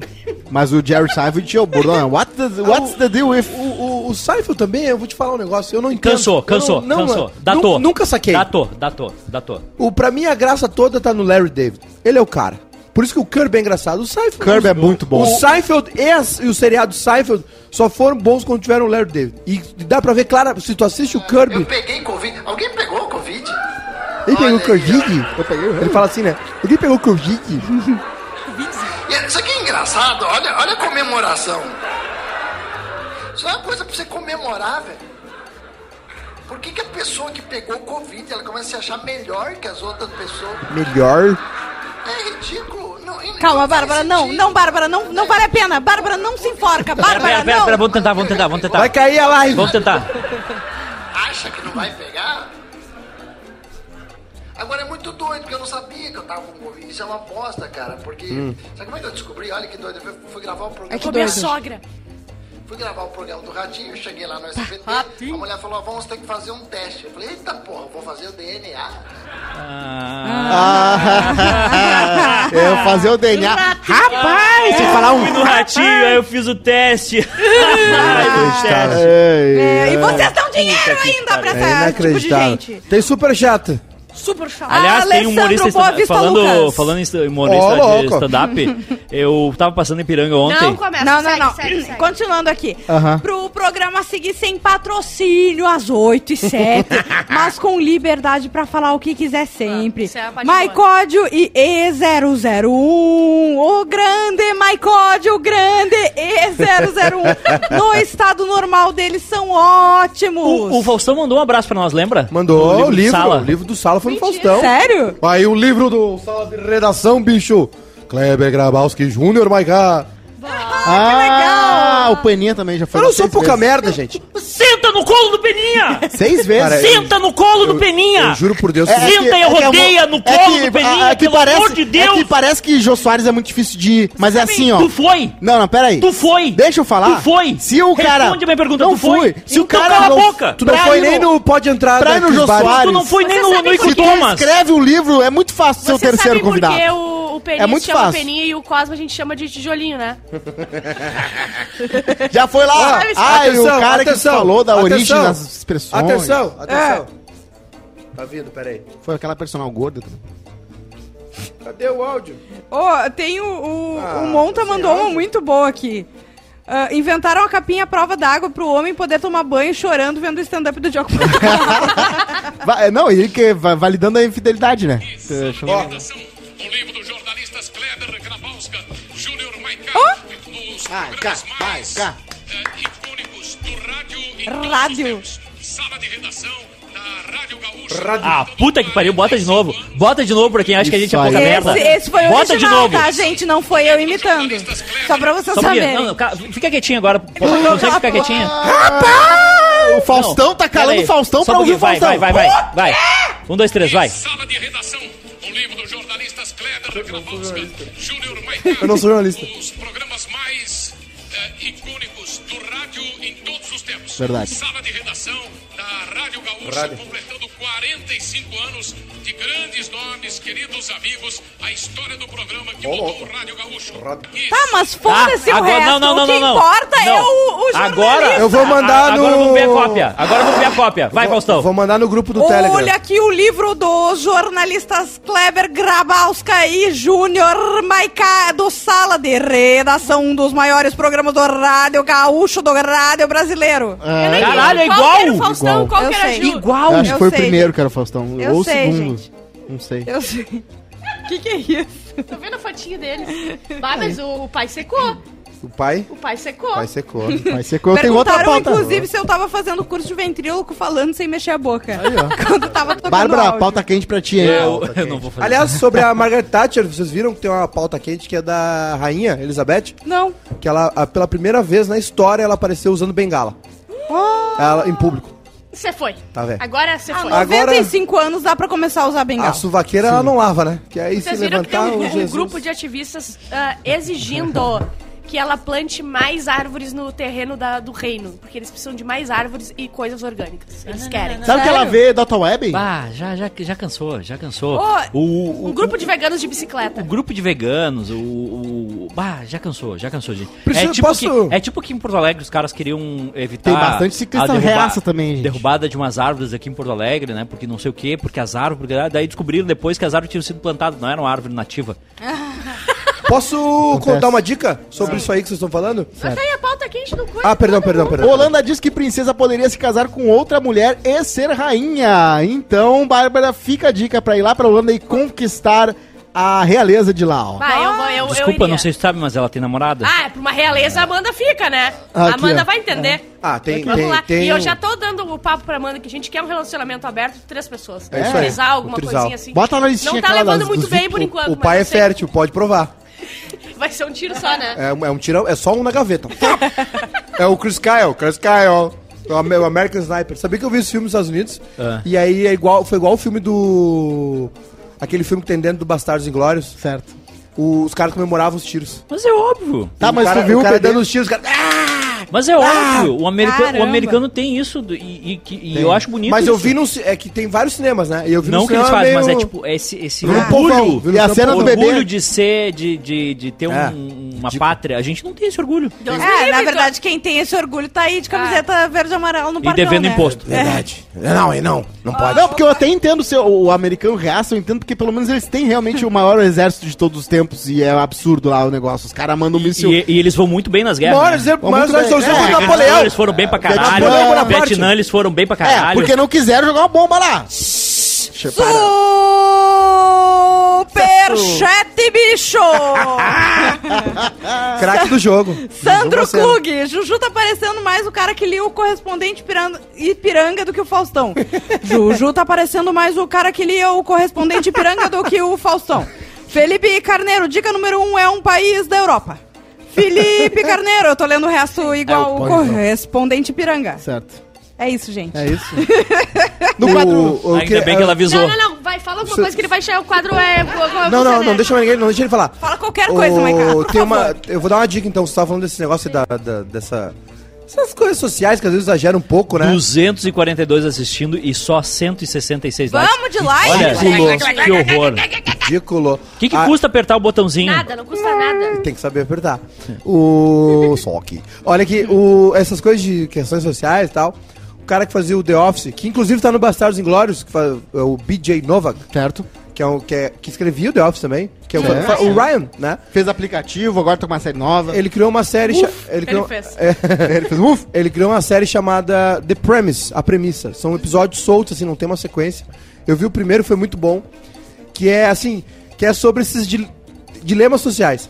S2: Mas o Jerry Seinfeld tinha o bordão. né? What the, what's the deal with...
S3: O, o, o Seifel também, eu vou te falar um negócio, eu não entendo.
S1: Cansou,
S3: Eu
S1: cansou,
S3: não, não,
S1: cansou.
S3: nu-
S1: Datou.
S3: Nunca saquei.
S1: Datou, datou, datou.
S3: O, pra mim, a graça toda tá no Larry David. Ele é o cara. Por isso que o Curb é engraçado. O Seinfeld...
S2: Curb é muito bom.
S3: O Seinfeld e, as- e o seriado Seinfeld só foram bons quando tiveram o Larry David. E dá pra ver, claro, se tu assiste o
S10: Eu
S3: Curb...
S10: peguei Covid. Alguém pegou Covid?
S3: Ele pegou o
S10: Olha
S3: Covid? Ele fala assim, né? Ele pegou o Covid?
S10: E Isso aqui é engraçado. Olha, olha a comemoração. Isso é uma coisa pra você comemorar, velho. Por que, que a pessoa que pegou Covid, ela começa a se achar melhor que as outras pessoas?
S3: Melhor.
S10: É ridículo. Não, e-
S4: Calma,
S10: não faz
S4: Bárbara, não.
S10: sentido.
S4: Não, Bárbara, não, não vale a pena. Bárbara, não se
S1: Pera,
S4: enforca. Bárbara,
S1: pera, pera,
S4: não.
S1: pera, vamos tentar, vamos tentar, vamos tentar.
S3: Vai cair a live.
S1: Vamos tentar.
S10: Acha que não vai pegar? Agora é muito doido, porque eu não sabia que eu tava com Covid. Isso é uma bosta, cara. Porque. Sabe como é que eu descobri? Olha que doido. Eu fui- fui gravar um programa.
S4: Hum. É que
S5: Com minha
S4: doido.
S5: sogra.
S10: Fui gravar o programa do Ratinho, cheguei lá no SBT, a mulher falou, "Ó, vamos ter que fazer um teste. Eu falei, eita porra, eu vou fazer o DNA.
S2: Eu fazer o DNA. Rapaz! Você falar um...
S1: Fui no ratinho, aí eu fiz o teste.
S4: Ah,
S3: Inacreditável.
S4: É, e vocês dão dinheiro ainda pra
S3: É
S4: essa tipo de
S3: inacreditável.
S4: gente.
S3: Tem super chato.
S5: Super chato.
S1: Aliás, tem um
S4: Alessandro
S1: humorista
S4: Boa
S1: stand-
S4: Vista
S1: falando,
S4: Lucas.
S1: falando em humorista
S3: Ó, louco.
S1: de stand-up. Eu tava passando em Piranga ontem.
S5: Não começa.
S4: Não, não,
S5: segue,
S4: não.
S5: segue, segue.
S4: Continuando aqui.
S2: Aham.
S4: Pro programa seguir sem patrocínio às 8 e 7, mas com liberdade pra falar o que quiser
S5: Ah,
S4: sempre.
S5: isso é a parte
S4: Maicódio e E001. O grande Maicódio, o grande E001. no estado normal deles são ótimos.
S1: O, o Faustão mandou um abraço pra nós, lembra?
S3: Mandou
S1: No
S3: o livro.
S1: Sala.
S3: O livro do Sala foi no Faustão.
S4: Sério?
S3: Aí o livro do Sala de Redação, bicho. Kleber Grabowski Júnior, Maicá.
S2: Ah, o Peninha também já foi.
S3: Eu não
S2: lá
S3: sou
S2: seis
S3: pouca
S2: vezes.
S3: merda, gente.
S1: Senta no colo do Peninha!
S2: Seis vezes.
S4: É,
S3: Cara,
S1: Senta no colo do Peninha!
S3: Eu juro por Deus.
S2: É que-
S1: Senta e
S2: é que é
S1: rodeia
S2: mo-
S1: no colo do Peninha,
S2: é que
S1: pelo
S2: parece,
S1: amor de Deus.
S2: É que parece que Jô Soares é muito difícil de ir, mas é assim, ó.
S1: Tu foi!
S2: Não, não, peraí.
S1: Tu foi!
S2: Deixa eu falar.
S1: Tu foi!
S2: Se o cara...
S1: Responde a minha pergunta,
S2: não
S1: tu foi?
S2: fui. Se o
S1: Então
S2: cara...
S1: cala a
S2: não-
S1: boca.
S3: Tu não
S2: pra
S3: foi
S2: ir
S3: nem no Pode Entrar
S2: Pra ir no
S3: daqueles
S2: Jô
S3: bares.
S2: Soares.
S1: Tu não foi nem
S5: Você
S1: no,
S5: sabe
S1: no Ico
S2: Se tu
S1: Thomas!
S2: escreve o livro, é muito fácil ser o
S5: Você
S2: terceiro
S5: sabe por
S2: convidado.
S5: que o, o Peninha
S2: É muito
S5: chama
S2: fácil.
S5: Peninha e o Cosmo a gente chama de tijolinho, né?
S2: Já foi lá.
S5: Sabe,
S2: Ah, e o cara que falou da origem das expressões.
S3: Atenção, atenção. Tá vindo, peraí.
S2: Foi aquela personal gorda também.
S3: Cadê o áudio?
S4: Ô, tem o, o,
S3: Ah,
S4: o Monta
S3: você
S4: mandou uma
S3: acha?
S4: muito boa aqui. Ah, inventaram a capinha à prova d'água pro homem poder tomar banho chorando vendo o stand-up do Diogo Portugal.
S2: Va- é, não, ele que vai validando a infidelidade, né?
S11: O livro dos jornalistas Kleber Grabowska, Júnior Maiká, nos
S7: programas cá, mais, vai, cá.
S11: icônicos do rádio
S4: todos os Rádio. tempos.
S11: Sala de redação da Rádio Gaúcha.
S1: Ah, puta que pariu, bota de novo. Bota de novo pra quem acha que a gente é
S2: Isso aí.
S1: pouca merda.
S4: Esse, esse foi o
S1: Bota de
S4: original,
S1: novo.
S4: tá, gente? Não foi eu imitando. Só pra vocês
S1: Só um pouquinho.
S4: saberem.
S1: Não, não, ca- fica quietinho agora. Pô, Consegue
S4: tá
S1: ficar quietinho?
S2: O Faustão tá calando o Faustão pra ouvir o
S1: um vai,
S2: Faustão.
S1: vai, vai, vai, vai. Um, dois, três, vai.
S11: Sala de redação. O livro dos jornalistas Kleber Grabowska, Júnior Maiká,
S3: Eu não sou jornalista.
S11: os programas mais eh, icônicos do rádio em todos os tempos.
S2: Verdade.
S11: Sala de redação da Rádio Gaúcha, completando 45 anos de grandes nomes, queridos amigos, a história do programa que mudou o Rádio Gaúcho. E
S4: Tá, mas foda-se o resto.
S1: Ah, não, não, não,
S4: o que
S1: não, não.
S4: importa é
S1: Não.
S4: o, o jornalista.
S1: Agora
S3: Eu vou mandar
S1: A-
S3: no.
S1: Agora vamos ver a cópia. Agora vamos ver a cópia. Vai, Faustão.
S3: Vou mandar no grupo do Telegram.
S4: Olha aqui o livro dos jornalistas Kleber Grabowska e Júnior Maiká do Sala de Redação, um dos maiores programas do rádio gaúcho, do rádio brasileiro.
S5: Eu não
S1: Caralho,
S5: entendo.
S1: é
S5: Qual que era o
S1: igual.
S5: Faustão?
S2: Igual.
S5: Qual
S4: Eu
S5: que era a
S4: sei.
S5: Ju?
S2: Eu
S1: Igual.
S2: acho
S4: Eu
S2: que foi
S4: sei,
S2: o primeiro que era o Faustão.
S4: Eu
S2: ou o
S4: sei,
S2: segundo.
S4: gente.
S2: Não sei.
S4: Eu sei. O que, que é isso?
S5: Tô vendo a fotinha dele. Vai, mas o, o pai secou.
S3: O pai?
S5: O pai secou.
S3: O pai secou.
S2: Mas secou, eu tenho outra
S4: Perguntaram,
S2: pauta.
S4: inclusive, se eu tava fazendo curso de ventríloco falando sem mexer a boca. Quando tava tocando
S2: Bárbara,
S4: áudio.
S2: pauta quente pra ti, hein?
S1: Eu, eu não vou fazer.
S3: Aliás, sobre a Margaret Thatcher, vocês viram que tem uma pauta quente que é da rainha Elizabeth,
S4: Não.
S3: que ela, a- pela primeira vez na história, ela apareceu usando bengala. Ela, em público.
S5: Você foi.
S3: Tá vendo?
S5: Agora você
S4: Há
S5: foi.
S3: Ah,
S4: 95 anos dá pra começar a usar bengala.
S3: A suvaqueira ela não lava, né? Que aí
S5: Vocês
S3: se
S5: viram que tem
S3: levantar
S5: um,
S3: o
S5: um
S3: Jesus-
S5: grupo de ativistas ah, exigindo que ela plante mais árvores no terreno da- do reino. Porque eles precisam de mais árvores e coisas orgânicas. Eles querem.
S2: Sabe o que ela vê Dota Web?
S1: Ah, já, já, já cansou, já cansou.
S5: Ô,
S1: o, o-
S5: Um grupo de veganos de
S1: o
S5: bicicleta.
S1: grupo de veganos, o. o o- bah, já cansou, já cansou, gente.
S3: Precisa-
S1: é, tipo
S3: posso-
S1: que, é tipo que em Porto Alegre os caras queriam evitar.
S2: Tem bastante ciclista
S1: a derruba-
S2: reaça também, gente.
S1: Derrubada de umas árvores aqui em Porto Alegre, né? Porque não sei o quê, porque as árvores. porque- ah, Daí descobriram depois que as árvores tinham sido plantadas, não eram árvore nativa.
S3: Posso contar uma dica sobre isso aí que vocês estão falando?
S5: Mas tá aí a pauta quente do coisa.
S3: Ah, perdão, perdão, perdão.
S2: Holanda diz que princesa poderia se casar com outra mulher e ser rainha. Então, Bárbara, fica a dica pra ir lá pra Holanda e conquistar a realeza de lá, ó.
S5: Vai, eu vou, eu, eu
S1: Desculpa,
S5: iria.
S1: não sei se tu sabe, mas ela tem namorada.
S5: Ah, é pra uma realeza a Amanda fica, né?
S3: Ah,
S5: a
S3: aqui,
S5: Amanda
S3: ó.
S5: vai entender.
S3: Ah, tem-
S5: Vamos
S3: tem-
S5: lá.
S3: tem
S5: E eu
S3: um-
S5: já tô dando o papo pra Amanda que a gente quer um relacionamento aberto de três pessoas.
S3: É isso aí,
S5: Trisal, alguma
S3: o trisal.
S5: coisinha assim.
S2: Bota na listinha
S5: Não tá
S2: aquela
S5: levando
S2: das-
S5: muito
S2: dos
S5: bem
S2: VIP.
S5: por enquanto.
S3: O
S5: mas
S3: pai
S5: eu
S3: é
S5: sei.
S3: fértil, pode provar.
S5: Vai ser um tiro só, né?
S3: É, um- é um tirão, é só um na gaveta. é o Chris Kyle, Chris Kyle. É O Am- o American Sniper. Sabia que eu vi esse filme nos Estados Unidos?
S1: Ah.
S3: E aí é igual, foi igual o filme do. Aquele filme que tem dentro do Bastardos Inglórios.
S2: Certo.
S3: O- os caras comemoravam os tiros.
S1: Mas é óbvio.
S2: Tá, mas
S3: o cara,
S2: tu viu
S3: o
S2: o
S3: cara
S2: PD?
S3: dando os tiros, o cara. Ah!
S1: Mas é óbvio. O americano, o
S4: caramba.
S1: americano tem isso. do- e e que- e eu acho bonito.
S3: Mas eu
S1: isso.
S3: vi num. ci- É que tem vários cinemas, né? E eu vi
S1: Não
S3: num
S1: que eles
S3: cinema
S1: fazem, mas é
S3: meio-
S1: tipo esse, esse
S3: Viu no povão, viu
S1: orgulho.
S3: no
S2: E É a
S3: campo-
S2: cena do bebê?
S1: orgulho de ser, de, de, de ter um-
S3: É.
S1: uma pátria. A gente não tem esse orgulho.
S5: Deus me
S4: É,
S5: livre,
S4: na
S5: tu-
S4: verdade, quem tem esse orgulho tá aí de camiseta verde e amarelo no
S1: Ah. E
S4: parquão,
S1: devendo
S4: né?
S1: imposto.
S7: Verdade. Não, e não. Não pode.
S2: Não, porque eu até entendo se o o americano reaça, eu entendo porque pelo menos eles têm realmente o maior exército de todos os tempos e é absurdo lá o negócio. Os caras mandam um míssil.
S1: E, e eles vão muito bem nas guerras.
S3: Maior
S1: né?
S2: é,
S3: exemplo,
S2: Vamos
S3: maior
S2: muito
S3: exemplo
S2: bem.
S3: foi
S2: É,
S3: o Napoleão.
S1: Eles foram bem pra caralho.
S3: Napoleão, Bonaparte.
S1: Vietnã, eles foram bem pra
S2: É,
S1: caralho.
S2: porque não quiseram jogar uma bomba lá. Para.
S4: Superchat, bicho!
S3: Craque do jogo.
S4: Sandro
S3: Vamos lá, Sandro.
S4: Klug, Juju tá parecendo mais o cara que lia o correspondente Piranga- Ipiranga do que o Faustão. Juju tá parecendo mais o cara que lia o correspondente Ipiranga do que o Faustão. Felipe Carneiro, dica número um é um país da Europa. Felipe Carneiro, eu tô lendo o
S3: É
S4: resto igual o correspondente Piranga.
S2: Certo.
S4: É isso, gente.
S2: É isso.
S3: No quadro. é-
S1: Ainda bem que ela avisou.
S5: Não, não, não. Vai, fala alguma coisa que ele vai chegar. O quadro é.
S3: Não, não, não, deixa ninguém, não deixa ele falar.
S4: Fala qualquer coisa, Maiká,
S3: Ô,
S4: por
S3: Tem uma,
S4: favor.
S3: eu vou dar uma dica então, você tava falando desse negócio da, da- dessa essas coisas sociais que às vezes exageram um pouco, né?
S1: 242 assistindo e só 166
S4: Vamos de like,
S1: Olha,
S4: gente.
S1: que horror.
S3: Ridículo.
S1: O que, que
S3: Ah,
S1: custa apertar o botãozinho?
S5: Nada, não custa nada.
S3: Tem que saber apertar. O só que. Olha aqui, o essas coisas de questões sociais e tal. O cara que fazia o The Office, que inclusive tá no Bastardos Inglórios, que fa- é o BJ Novak,
S2: Certo.
S3: que, é um, que, é, que escrevia o The Office também, que é o,
S2: É.
S3: fa- o Ryan, né?
S2: Fez aplicativo, agora tá com uma série nova.
S3: Ele criou uma série. cha- ele, criou,
S5: ele fez.
S3: ele fez, uf, ele criou uma série chamada The Premise, a premissa. São episódios soltos, assim, não tem uma sequência. Eu vi o primeiro, foi muito bom. Que é assim, que é sobre esses dil- dilemas sociais.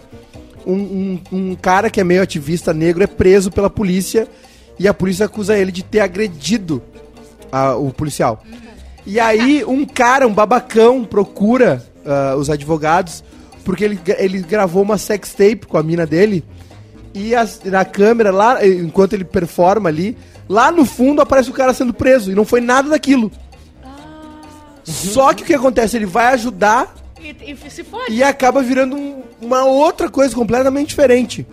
S3: Um, um- um cara que é meio ativista negro é preso pela polícia e a polícia acusa ele de ter agredido a- o policial. E aí um cara, um babacão, procura ah, os advogados porque ele, gra- ele gravou uma sex tape com a mina dele e as- na câmera lá, eh, enquanto ele performa ali, lá no fundo aparece o cara sendo preso e não foi nada daquilo. Só que o que acontece? Ele vai ajudar
S5: E, e se for,
S3: e acaba virando um- uma outra coisa completamente diferente.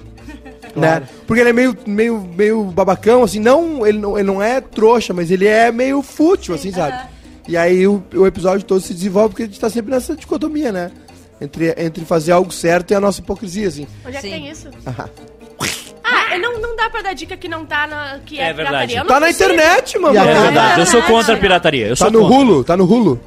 S3: Né? Porque ele é meio, meio, meio babacão, assim, não ele, não, ele não é trouxa, mas ele é meio fútil, assim, sabe? E aí o, o episódio todo se desenvolve porque a gente tá sempre nessa dicotomia, né? Entre, entre fazer algo certo e a nossa hipocrisia, assim.
S5: onde é que
S4: Sim.
S5: tem isso? Ah, não, não dá pra dar dica que não tá na, que é,
S1: É verdade.
S5: pirataria. Eu não
S3: Tá na
S5: consigo.
S3: internet, mano!
S2: E a-
S12: É
S2: Ah,
S12: verdade, eu sou
S5: verdade.
S12: contra a pirataria. Eu
S3: Tá
S12: sou
S3: no
S12: contra.
S3: rulo, tá no rulo.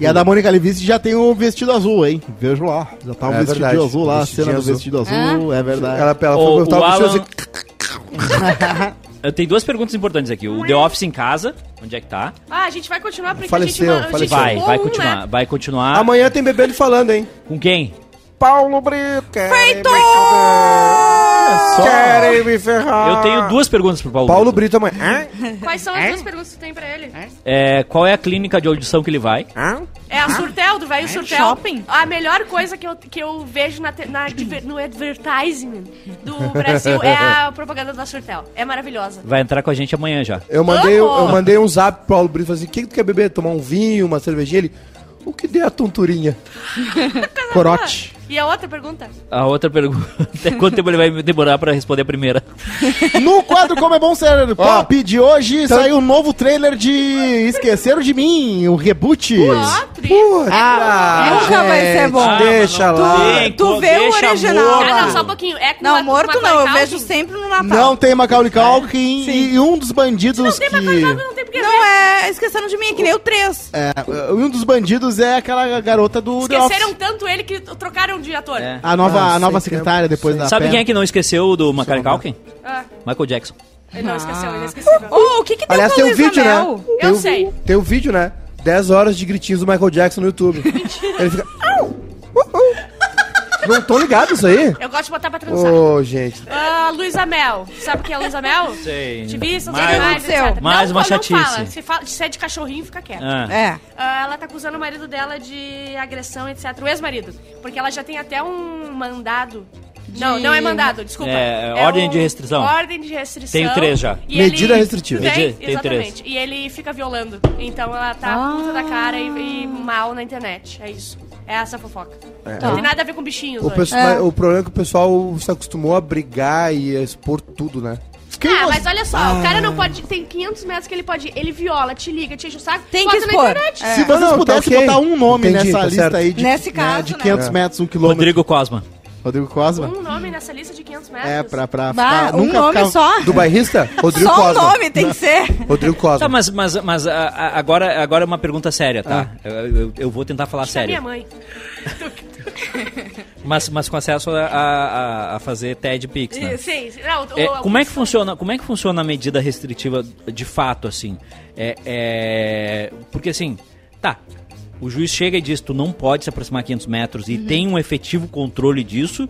S2: E a da Mônica Levinsky já tem o vestido azul, hein? Vejo lá. Já tá um
S3: É
S2: vestido
S3: verdade,
S2: azul lá, a
S3: vestidinho
S2: cena do
S3: azul.
S2: vestido azul, é verdade.
S3: Ela, ela
S12: O-
S3: foi botar
S12: Tá. o
S3: o vestido
S12: Alan-
S3: assim.
S1: Eu tenho duas perguntas importantes aqui. O The Office em casa, onde é que tá?
S5: Ah, a gente vai continuar porque
S3: Faleceu,
S5: a gente, a gente
S3: faleceu.
S1: Vai,
S4: é
S5: jogou
S1: vai
S5: um,
S1: continuar,
S5: né?
S1: vai continuar.
S3: Amanhã tem bebê ele falando, hein?
S1: Com quem?
S3: Paulo Brito!
S4: Feito!
S12: É
S3: Querem me ferrar!
S1: Eu tenho duas perguntas pro Paulo.
S3: Ah. Paulo
S1: Brito.
S3: Brito amanhã. Hã?
S5: Quais são
S4: É?
S5: as duas perguntas que tu tem pra ele?
S1: É, qual é a clínica de audição que ele vai?
S3: Hã?
S5: É a Surtel, do velho Surtel.
S4: Shopping?
S5: A melhor coisa que eu, que eu vejo na, te- na adver- no advertisement do Brasil é a propaganda da Surtel. É maravilhosa.
S1: Vai entrar com a gente amanhã já.
S3: Eu mandei,
S5: Amo!
S3: eu mandei um zap pro Paulo Brito falei assim: o que, que tu quer beber? Tomar um vinho, uma cervejinha? Ele. O que der a tonturinha?
S2: Corote.
S5: E a outra pergunta?
S1: A outra pergunta é quanto tempo ele vai demorar pra responder a primeira?
S2: No quadro Como é Bom Ser Pop de hoje,
S3: Então-
S2: saiu um novo trailer de Esqueceram de Mim, o reboot.
S5: Ó, tri.
S3: Ah,
S4: nunca vai ser bom.
S3: Deixa lá.
S1: tem.
S4: Tu
S1: Pô,
S4: vê o
S1: deixa
S4: original.
S5: Ah, não,
S4: lá.
S5: só um pouquinho. É com a-
S4: Não,
S5: com
S4: morto
S5: a
S4: não, eu
S5: Macaulay
S4: vejo
S5: Culkin?
S4: sempre no Natal.
S2: Não tem Macaulay Culkin e, e um dos bandidos
S5: Não tem Macaulay Culkin,
S2: que...
S5: não tem porque
S4: Não é, esqueceram de mim, é que nem o 3.
S2: É, um dos bandidos é aquela garota do The
S5: Esqueceram
S2: Office.
S5: tanto ele que trocaram de ator.
S1: É.
S2: A nova,
S3: Ah,
S2: a nova
S3: sei que é-
S2: secretária depois da
S1: Sabe
S2: Pam.
S1: quem é que não esqueceu do Macaulay Culkin?
S5: Ah,
S1: Michael Jackson.
S5: ele não esqueceu, ele esqueceu.
S4: Ô, o que que deu
S3: Aliás,
S4: com
S3: tem
S4: a
S3: um
S4: Luísa
S3: vídeo, né?
S4: Mel?
S3: Tem
S5: Eu
S3: um-
S5: sei.
S3: Tem um vídeo, né? 10 horas de gritinhos do Michael Jackson no YouTube. Ele fica. "Au! Uh, uh." Não tô ligado isso aí?
S5: Eu gosto de botar pra transar.
S3: Ô, gente.
S5: Ah, Luísa Mel. Sabe quem é a Luísa Mel?
S1: Sei.
S5: Ativista, dos
S1: Mais-
S5: animais,
S4: Aconteceu.
S5: etc.
S1: Mais
S5: não,
S1: uma
S5: fa- não
S1: chatice.
S5: Fala. Se, fala, se é de cachorrinho, fica quieto.
S1: Ah.
S4: É.
S5: Ah, ela tá acusando o marido dela de agressão, etc. O ex-marido. Porque ela já tem até um mandado. Não, não é mandado, desculpa. um
S1: É, ordem de restrição.
S5: Ordem de restrição.
S1: Tenho três já.
S5: E
S3: Medida restritiva.
S5: Tem,
S1: Medida- tenho
S5: exatamente. E ele fica violando. Então ela tá puta da cara e, e mal na internet. É isso. É essa a fofoca. Não tem nada a ver com bichinhos
S3: É. O,
S5: hoje.
S3: pessoal- mas o problema é que o pessoal se acostumou a brigar e a expor tudo, né?
S5: Ah, mas olha só, o cara
S3: Ah.
S5: não pode. Tem 500 metros que ele pode ir. Ele viola, te liga, te enche o saco,
S4: Tem que
S5: bota
S4: expor.
S5: na internet.
S2: Se vocês
S3: Não, não, tá
S2: pudessem
S3: ok.
S2: botar um nome
S3: Entendi,
S2: nessa
S3: tá
S2: lista
S3: certo.
S2: aí de,
S4: Nesse caso,
S2: de
S4: né?
S2: 500 metros, 1 quilômetro, Rodrigo,
S1: Rodrigo Cosma.
S3: É.
S2: Cosma,
S5: Um nome nessa lista de 500 metros.
S2: é pra, pra
S4: Bah,
S2: ficar,
S4: um
S2: nunca
S4: nome
S2: ficar-
S4: só.
S3: Do bairrista? Rodrigo
S4: só o
S3: Cosma.
S4: nome tem que ser.
S3: Rodrigo Cosma.
S1: Tá, mas, mas, mas a- a- agora, agora é uma pergunta séria, tá? Eu, eu- eu vou tentar falar
S5: Acho que é minha
S1: sério.
S5: mãe.
S1: Mas, mas com acesso a, a- a fazer TED Pix, né?
S5: Sim, sim. Não, o-
S1: É,
S5: o-
S1: como é que funciona? Como é que funciona a medida restritiva de fato assim? É, é, porque assim, tá. O juiz chega e diz: tu não pode se aproximar 500 metros e
S4: Uhum.
S1: tem um efetivo controle disso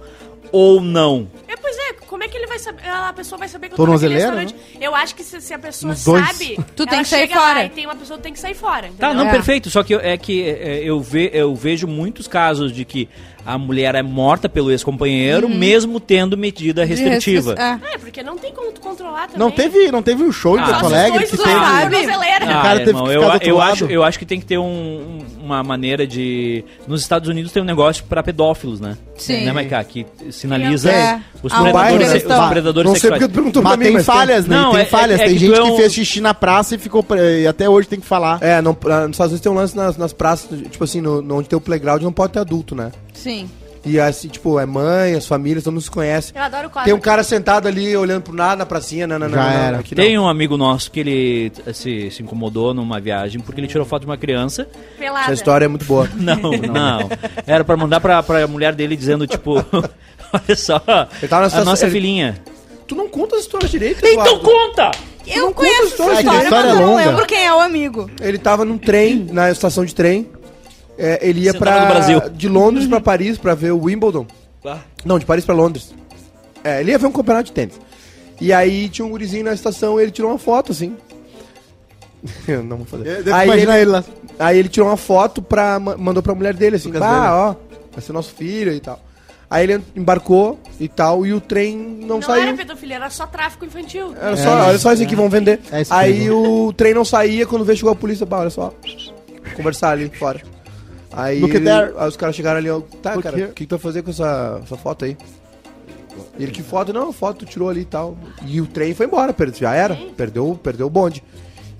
S1: ou não?
S5: É, pois é, como é que ele vai saber? A pessoa vai saber que eu
S2: Tornozeleira,
S5: naquele restaurante? Eu acho que se, se a pessoa
S2: Nos dois.
S5: sabe,
S4: Tu
S5: ela
S4: tem que sair
S5: chega lá
S4: fora.
S5: E tem uma pessoa que tem que sair fora.
S1: Tá,
S5: entendeu?
S1: não,
S4: É.
S1: perfeito. Só que eu- é que é, eu, ve, eu vejo muitos casos de que a mulher é morta pelo ex-companheiro, mesmo tendo medida restritiva.
S4: Uhum. De restrição.
S5: É, porque não tem como tu controlar também.
S2: Não teve, não teve um show em
S1: Ah,
S2: Porto
S5: Só se
S2: Alegre
S5: os
S2: que
S5: dois
S2: teve...
S4: lá,
S5: usarem
S4: sabe?
S5: tornozeleira.
S2: Ah, cara teve que
S1: eu,
S2: ficar do outro
S1: eu
S2: lado.
S1: acho, eu acho que tem que ter um- uma maneira de. Nos Estados Unidos tem um negócio pra pedófilos, né?
S4: Sim.
S1: Né, Maiká? Que sinaliza
S4: É.
S1: os
S4: Ah, um bairro,
S1: predadores,
S4: né?
S1: se- os
S4: Tá.
S1: predadores
S3: Não sei
S1: sexuais.
S3: porque tu perguntou pra
S2: Mas
S3: mim,
S2: tem
S3: mas
S2: falhas, né?
S1: Não,
S2: tem
S1: é-
S2: falhas.
S1: é- é
S2: tem
S1: que
S2: gente
S1: tu é
S2: que
S1: um-
S2: fez xixi na praça e ficou pre- e até hoje tem que falar.
S3: É, não, pra- nos Estados Unidos tem um lance nas, nas praças, tipo assim, no, no- onde tem o playground não pode ter adulto, né?
S4: Sim.
S3: E E assim, tipo, é mãe, as famílias, todo mundo se conhece.
S5: Eu adoro o Cosma.
S3: Tem um cara sentado ali olhando pro nada na pracinha, né, não, não, não,
S2: Já
S3: não, não,
S2: era.
S3: aqui não.
S1: Tem um amigo nosso que ele eh, se, se incomodou numa viagem porque ele tirou foto de uma criança.
S5: pelada.
S3: Essa história é muito boa.
S1: Não, não. Era pra mandar pra, pra mulher dele dizendo, tipo, olha só,
S3: Ele tava na
S1: a
S3: situação-
S1: nossa
S3: ele-
S1: filhinha.
S3: Tu não conta as histórias direito,
S1: Então
S3: Eduardo.
S1: conta!
S4: Eu conheço essa
S3: história,
S4: história,
S2: que história
S4: mas eu não
S2: longa.
S4: lembro quem é o amigo.
S3: Ele tava num trem, na estação de trem. É, ele ia
S1: Sentado
S3: pra,
S1: no Brasil. Tá.
S3: de Londres pra Paris pra ver o Wimbledon. Não, de Paris pra Londres. É, ele ia ver um campeonato de tênis. E aí tinha um gurizinho na estação e ele tirou uma foto, assim. Eu não vou fazer.
S2: Devo
S3: Aí ele,
S2: É, imaginar ele lá.
S3: aí ele tirou uma foto, pra, ma- mandou pra mulher dele, assim. Ah, ó, vai ser nosso filho e tal. Aí ele embarcou e tal, e o trem não,
S5: Não
S3: saiu.
S5: era pedofilia, era só tráfico infantil.
S3: Era É, só, olha só isso aqui, vão vender.
S2: É isso
S3: aí
S2: mesmo.
S3: o trem não saía, quando veio chegou a polícia, bah, olha só. Conversar ali fora. Aí,
S2: Look at there.
S3: aí os caras chegaram ali, ó, tá,
S2: Por
S3: cara, o
S2: quê?
S3: que, que tu vai fazer com essa, essa foto aí? E ele, que foto? Não, foto tu tirou ali e tal. E o trem foi embora, per- já era, perdeu, perdeu o bonde.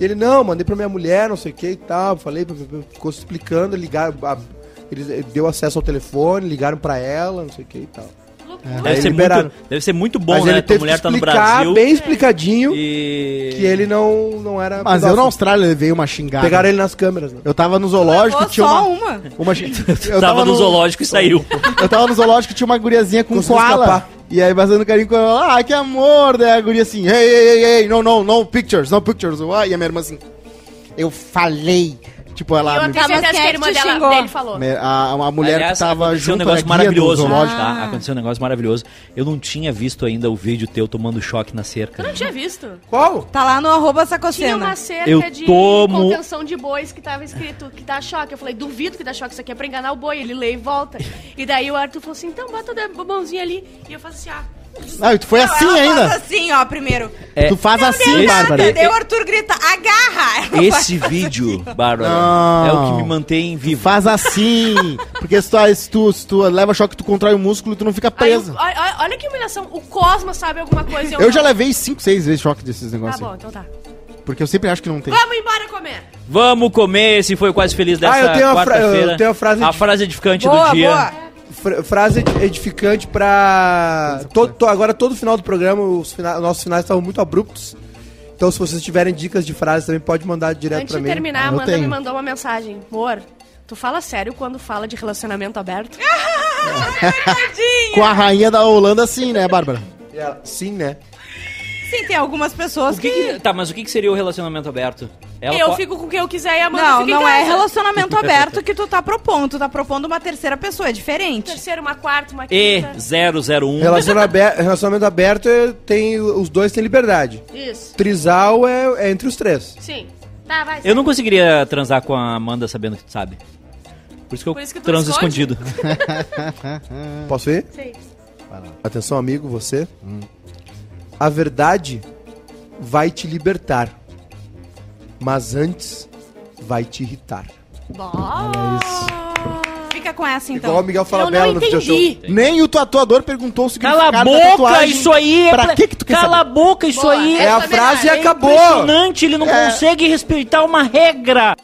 S3: E ele, não, mandei pra minha mulher, não sei o que e tal, falei, p- p- ficou se explicando, ligaram, a- eles eh, deu acesso ao telefone, ligaram pra ela, não sei o que e tal.
S5: Loucura.
S1: Deve, ser
S3: liberaram.
S1: muito, deve ser muito bom,
S3: Mas
S1: né?
S3: ele
S1: Tua
S3: teve que
S1: mulher tá no
S3: explicar,
S1: Brasil
S3: bem explicadinho,
S1: e...
S3: que ele não, não era.
S2: Mas eu
S3: pedófilo.
S2: na Austrália levei uma xingada.
S3: Pegaram ele nas câmeras, né?
S2: Eu tava no zoológico,
S4: Levou
S2: tinha
S4: só
S2: uma...
S4: uma.
S2: uma xing-
S1: tava,
S2: eu
S1: no zoológico e saiu.
S2: Eu tava no zoológico, tinha uma guriazinha com um
S3: Conseguiu
S2: koala.
S3: escapar.
S2: E aí, passando carinho com ela, ah, que amor, daí a guria assim, ei, ei, ei, ei, não, não, não, pictures, não pictures. Ah, E a minha irmã assim, eu falei. Tipo,
S5: E
S2: ela...
S5: eu
S2: me-
S5: tenho
S4: Tá, mas
S5: certeza
S4: quem
S5: que a
S4: é
S5: irmã
S4: que te
S5: dela,
S4: xingou?
S5: dele falou.
S2: me- A, a mulher
S1: Aliás,
S2: que tava
S1: aconteceu
S2: junto,
S1: um negócio
S2: né, guia do
S1: maravilhoso.
S2: zoológico.
S1: Tá, aconteceu um negócio maravilhoso. Eu não tinha visto ainda o vídeo teu tomando choque na cerca.
S5: Não tinha visto.
S3: Qual?
S4: Tá lá no arroba
S5: Tinha
S4: sacocena.
S5: uma cerca
S1: Eu
S5: de
S1: tomo-
S5: contenção de bois que tava escrito que dá choque. Eu falei, duvido que dá choque, isso aqui é pra enganar o boi. Ele lê e volta. E daí o Arthur falou assim, então bota a mãozinha ali. E eu faço assim, ah.
S2: Ah, e tu foi assim
S4: Ela faz
S2: ainda.
S4: assim, ó, primeiro.
S1: É,
S2: Tu faz assim,
S1: Deus,
S2: Bárbara.
S1: Cara,
S4: Daí o Arthur grita, agarra! Ela
S1: Esse vídeo, Bárbara,
S2: Não.
S1: é o que me mantém vivo.
S2: Faz assim. Porque se tu, se tu, se tu leva choque, tu contrai o músculo e tu não fica
S5: Aí,
S2: preso.
S5: o- olha, olha que humilhação. O Cosma sabe alguma coisa. e
S2: Eu já
S5: não.
S2: levei 5, 6 vezes choque desses
S5: Tá
S2: negócios.
S5: bom,
S2: aí,
S5: então tá.
S2: porque eu sempre acho que não tem.
S5: Vamos embora comer.
S1: Vamos comer, esse foi o Quase Feliz dessa
S3: Ah, eu tenho uma fra-
S1: quarta-feira.
S3: eu tenho uma frase
S1: A
S3: de-
S1: frase edificante
S4: Boa,
S1: do dia.
S4: boa.
S3: Fra- frase ed- edificante pra. Todo, to- agora, todo final do programa, os, fina- os nossos finais estavam muito abruptos. Então, se vocês tiverem dicas de frases, também pode mandar direto
S5: Antes
S3: pra
S5: de
S3: mim.
S5: terminar, a
S2: Eu
S5: Amanda me
S2: tenho.
S5: mandou uma mensagem. Amor, tu fala sério quando fala de relacionamento aberto?
S2: Com a rainha da Holanda, sim, né, Bárbara?
S3: E ela, Sim, né?
S4: Sim, tem algumas pessoas
S1: O
S4: que...
S1: que que- tá, mas o que, que seria o relacionamento aberto? Ela
S5: eu
S1: co-
S5: fico com quem eu quiser e a Amanda
S4: Não,
S5: fica em
S4: não é
S5: casa.
S4: relacionamento aberto que tu tá propondo. Tu tá propondo uma terceira pessoa, é
S5: Um
S4: diferente.
S5: terceiro, uma quarta, uma quinta.
S1: E001.
S3: Relaciona abe- Relacionamento aberto é- tem. Os dois têm liberdade.
S5: Isso.
S3: Trisal é, é entre os três.
S5: Sim. Tá, vai.
S1: Eu não conseguiria transar com a Amanda sabendo que tu sabe. Por isso que eu
S5: Por isso que tu
S1: transo
S5: esconde.
S1: escondido.
S3: Posso ir?
S5: Sim.
S3: Atenção, amigo, você. Hum. A verdade vai te libertar. Mas antes, vai te irritar.
S4: Fica com essa,
S3: Igual o
S4: então.
S3: Miguel
S5: Eu não
S3: Falabella no Tio Show.
S5: entendi.
S2: Nem o tatuador perguntou o significado
S6: Cala a
S2: da
S6: boca,
S2: tatuagem.
S6: isso aí é.
S2: Pra
S6: pla-
S2: que que tu quer
S6: Cala
S2: saber?
S6: a boca, isso
S5: Boa,
S6: aí
S5: é
S3: É a
S5: Essa é
S3: frase e
S5: verdade.
S3: acabou.
S2: É.
S6: impressionante, ele não consegue respeitar uma regra.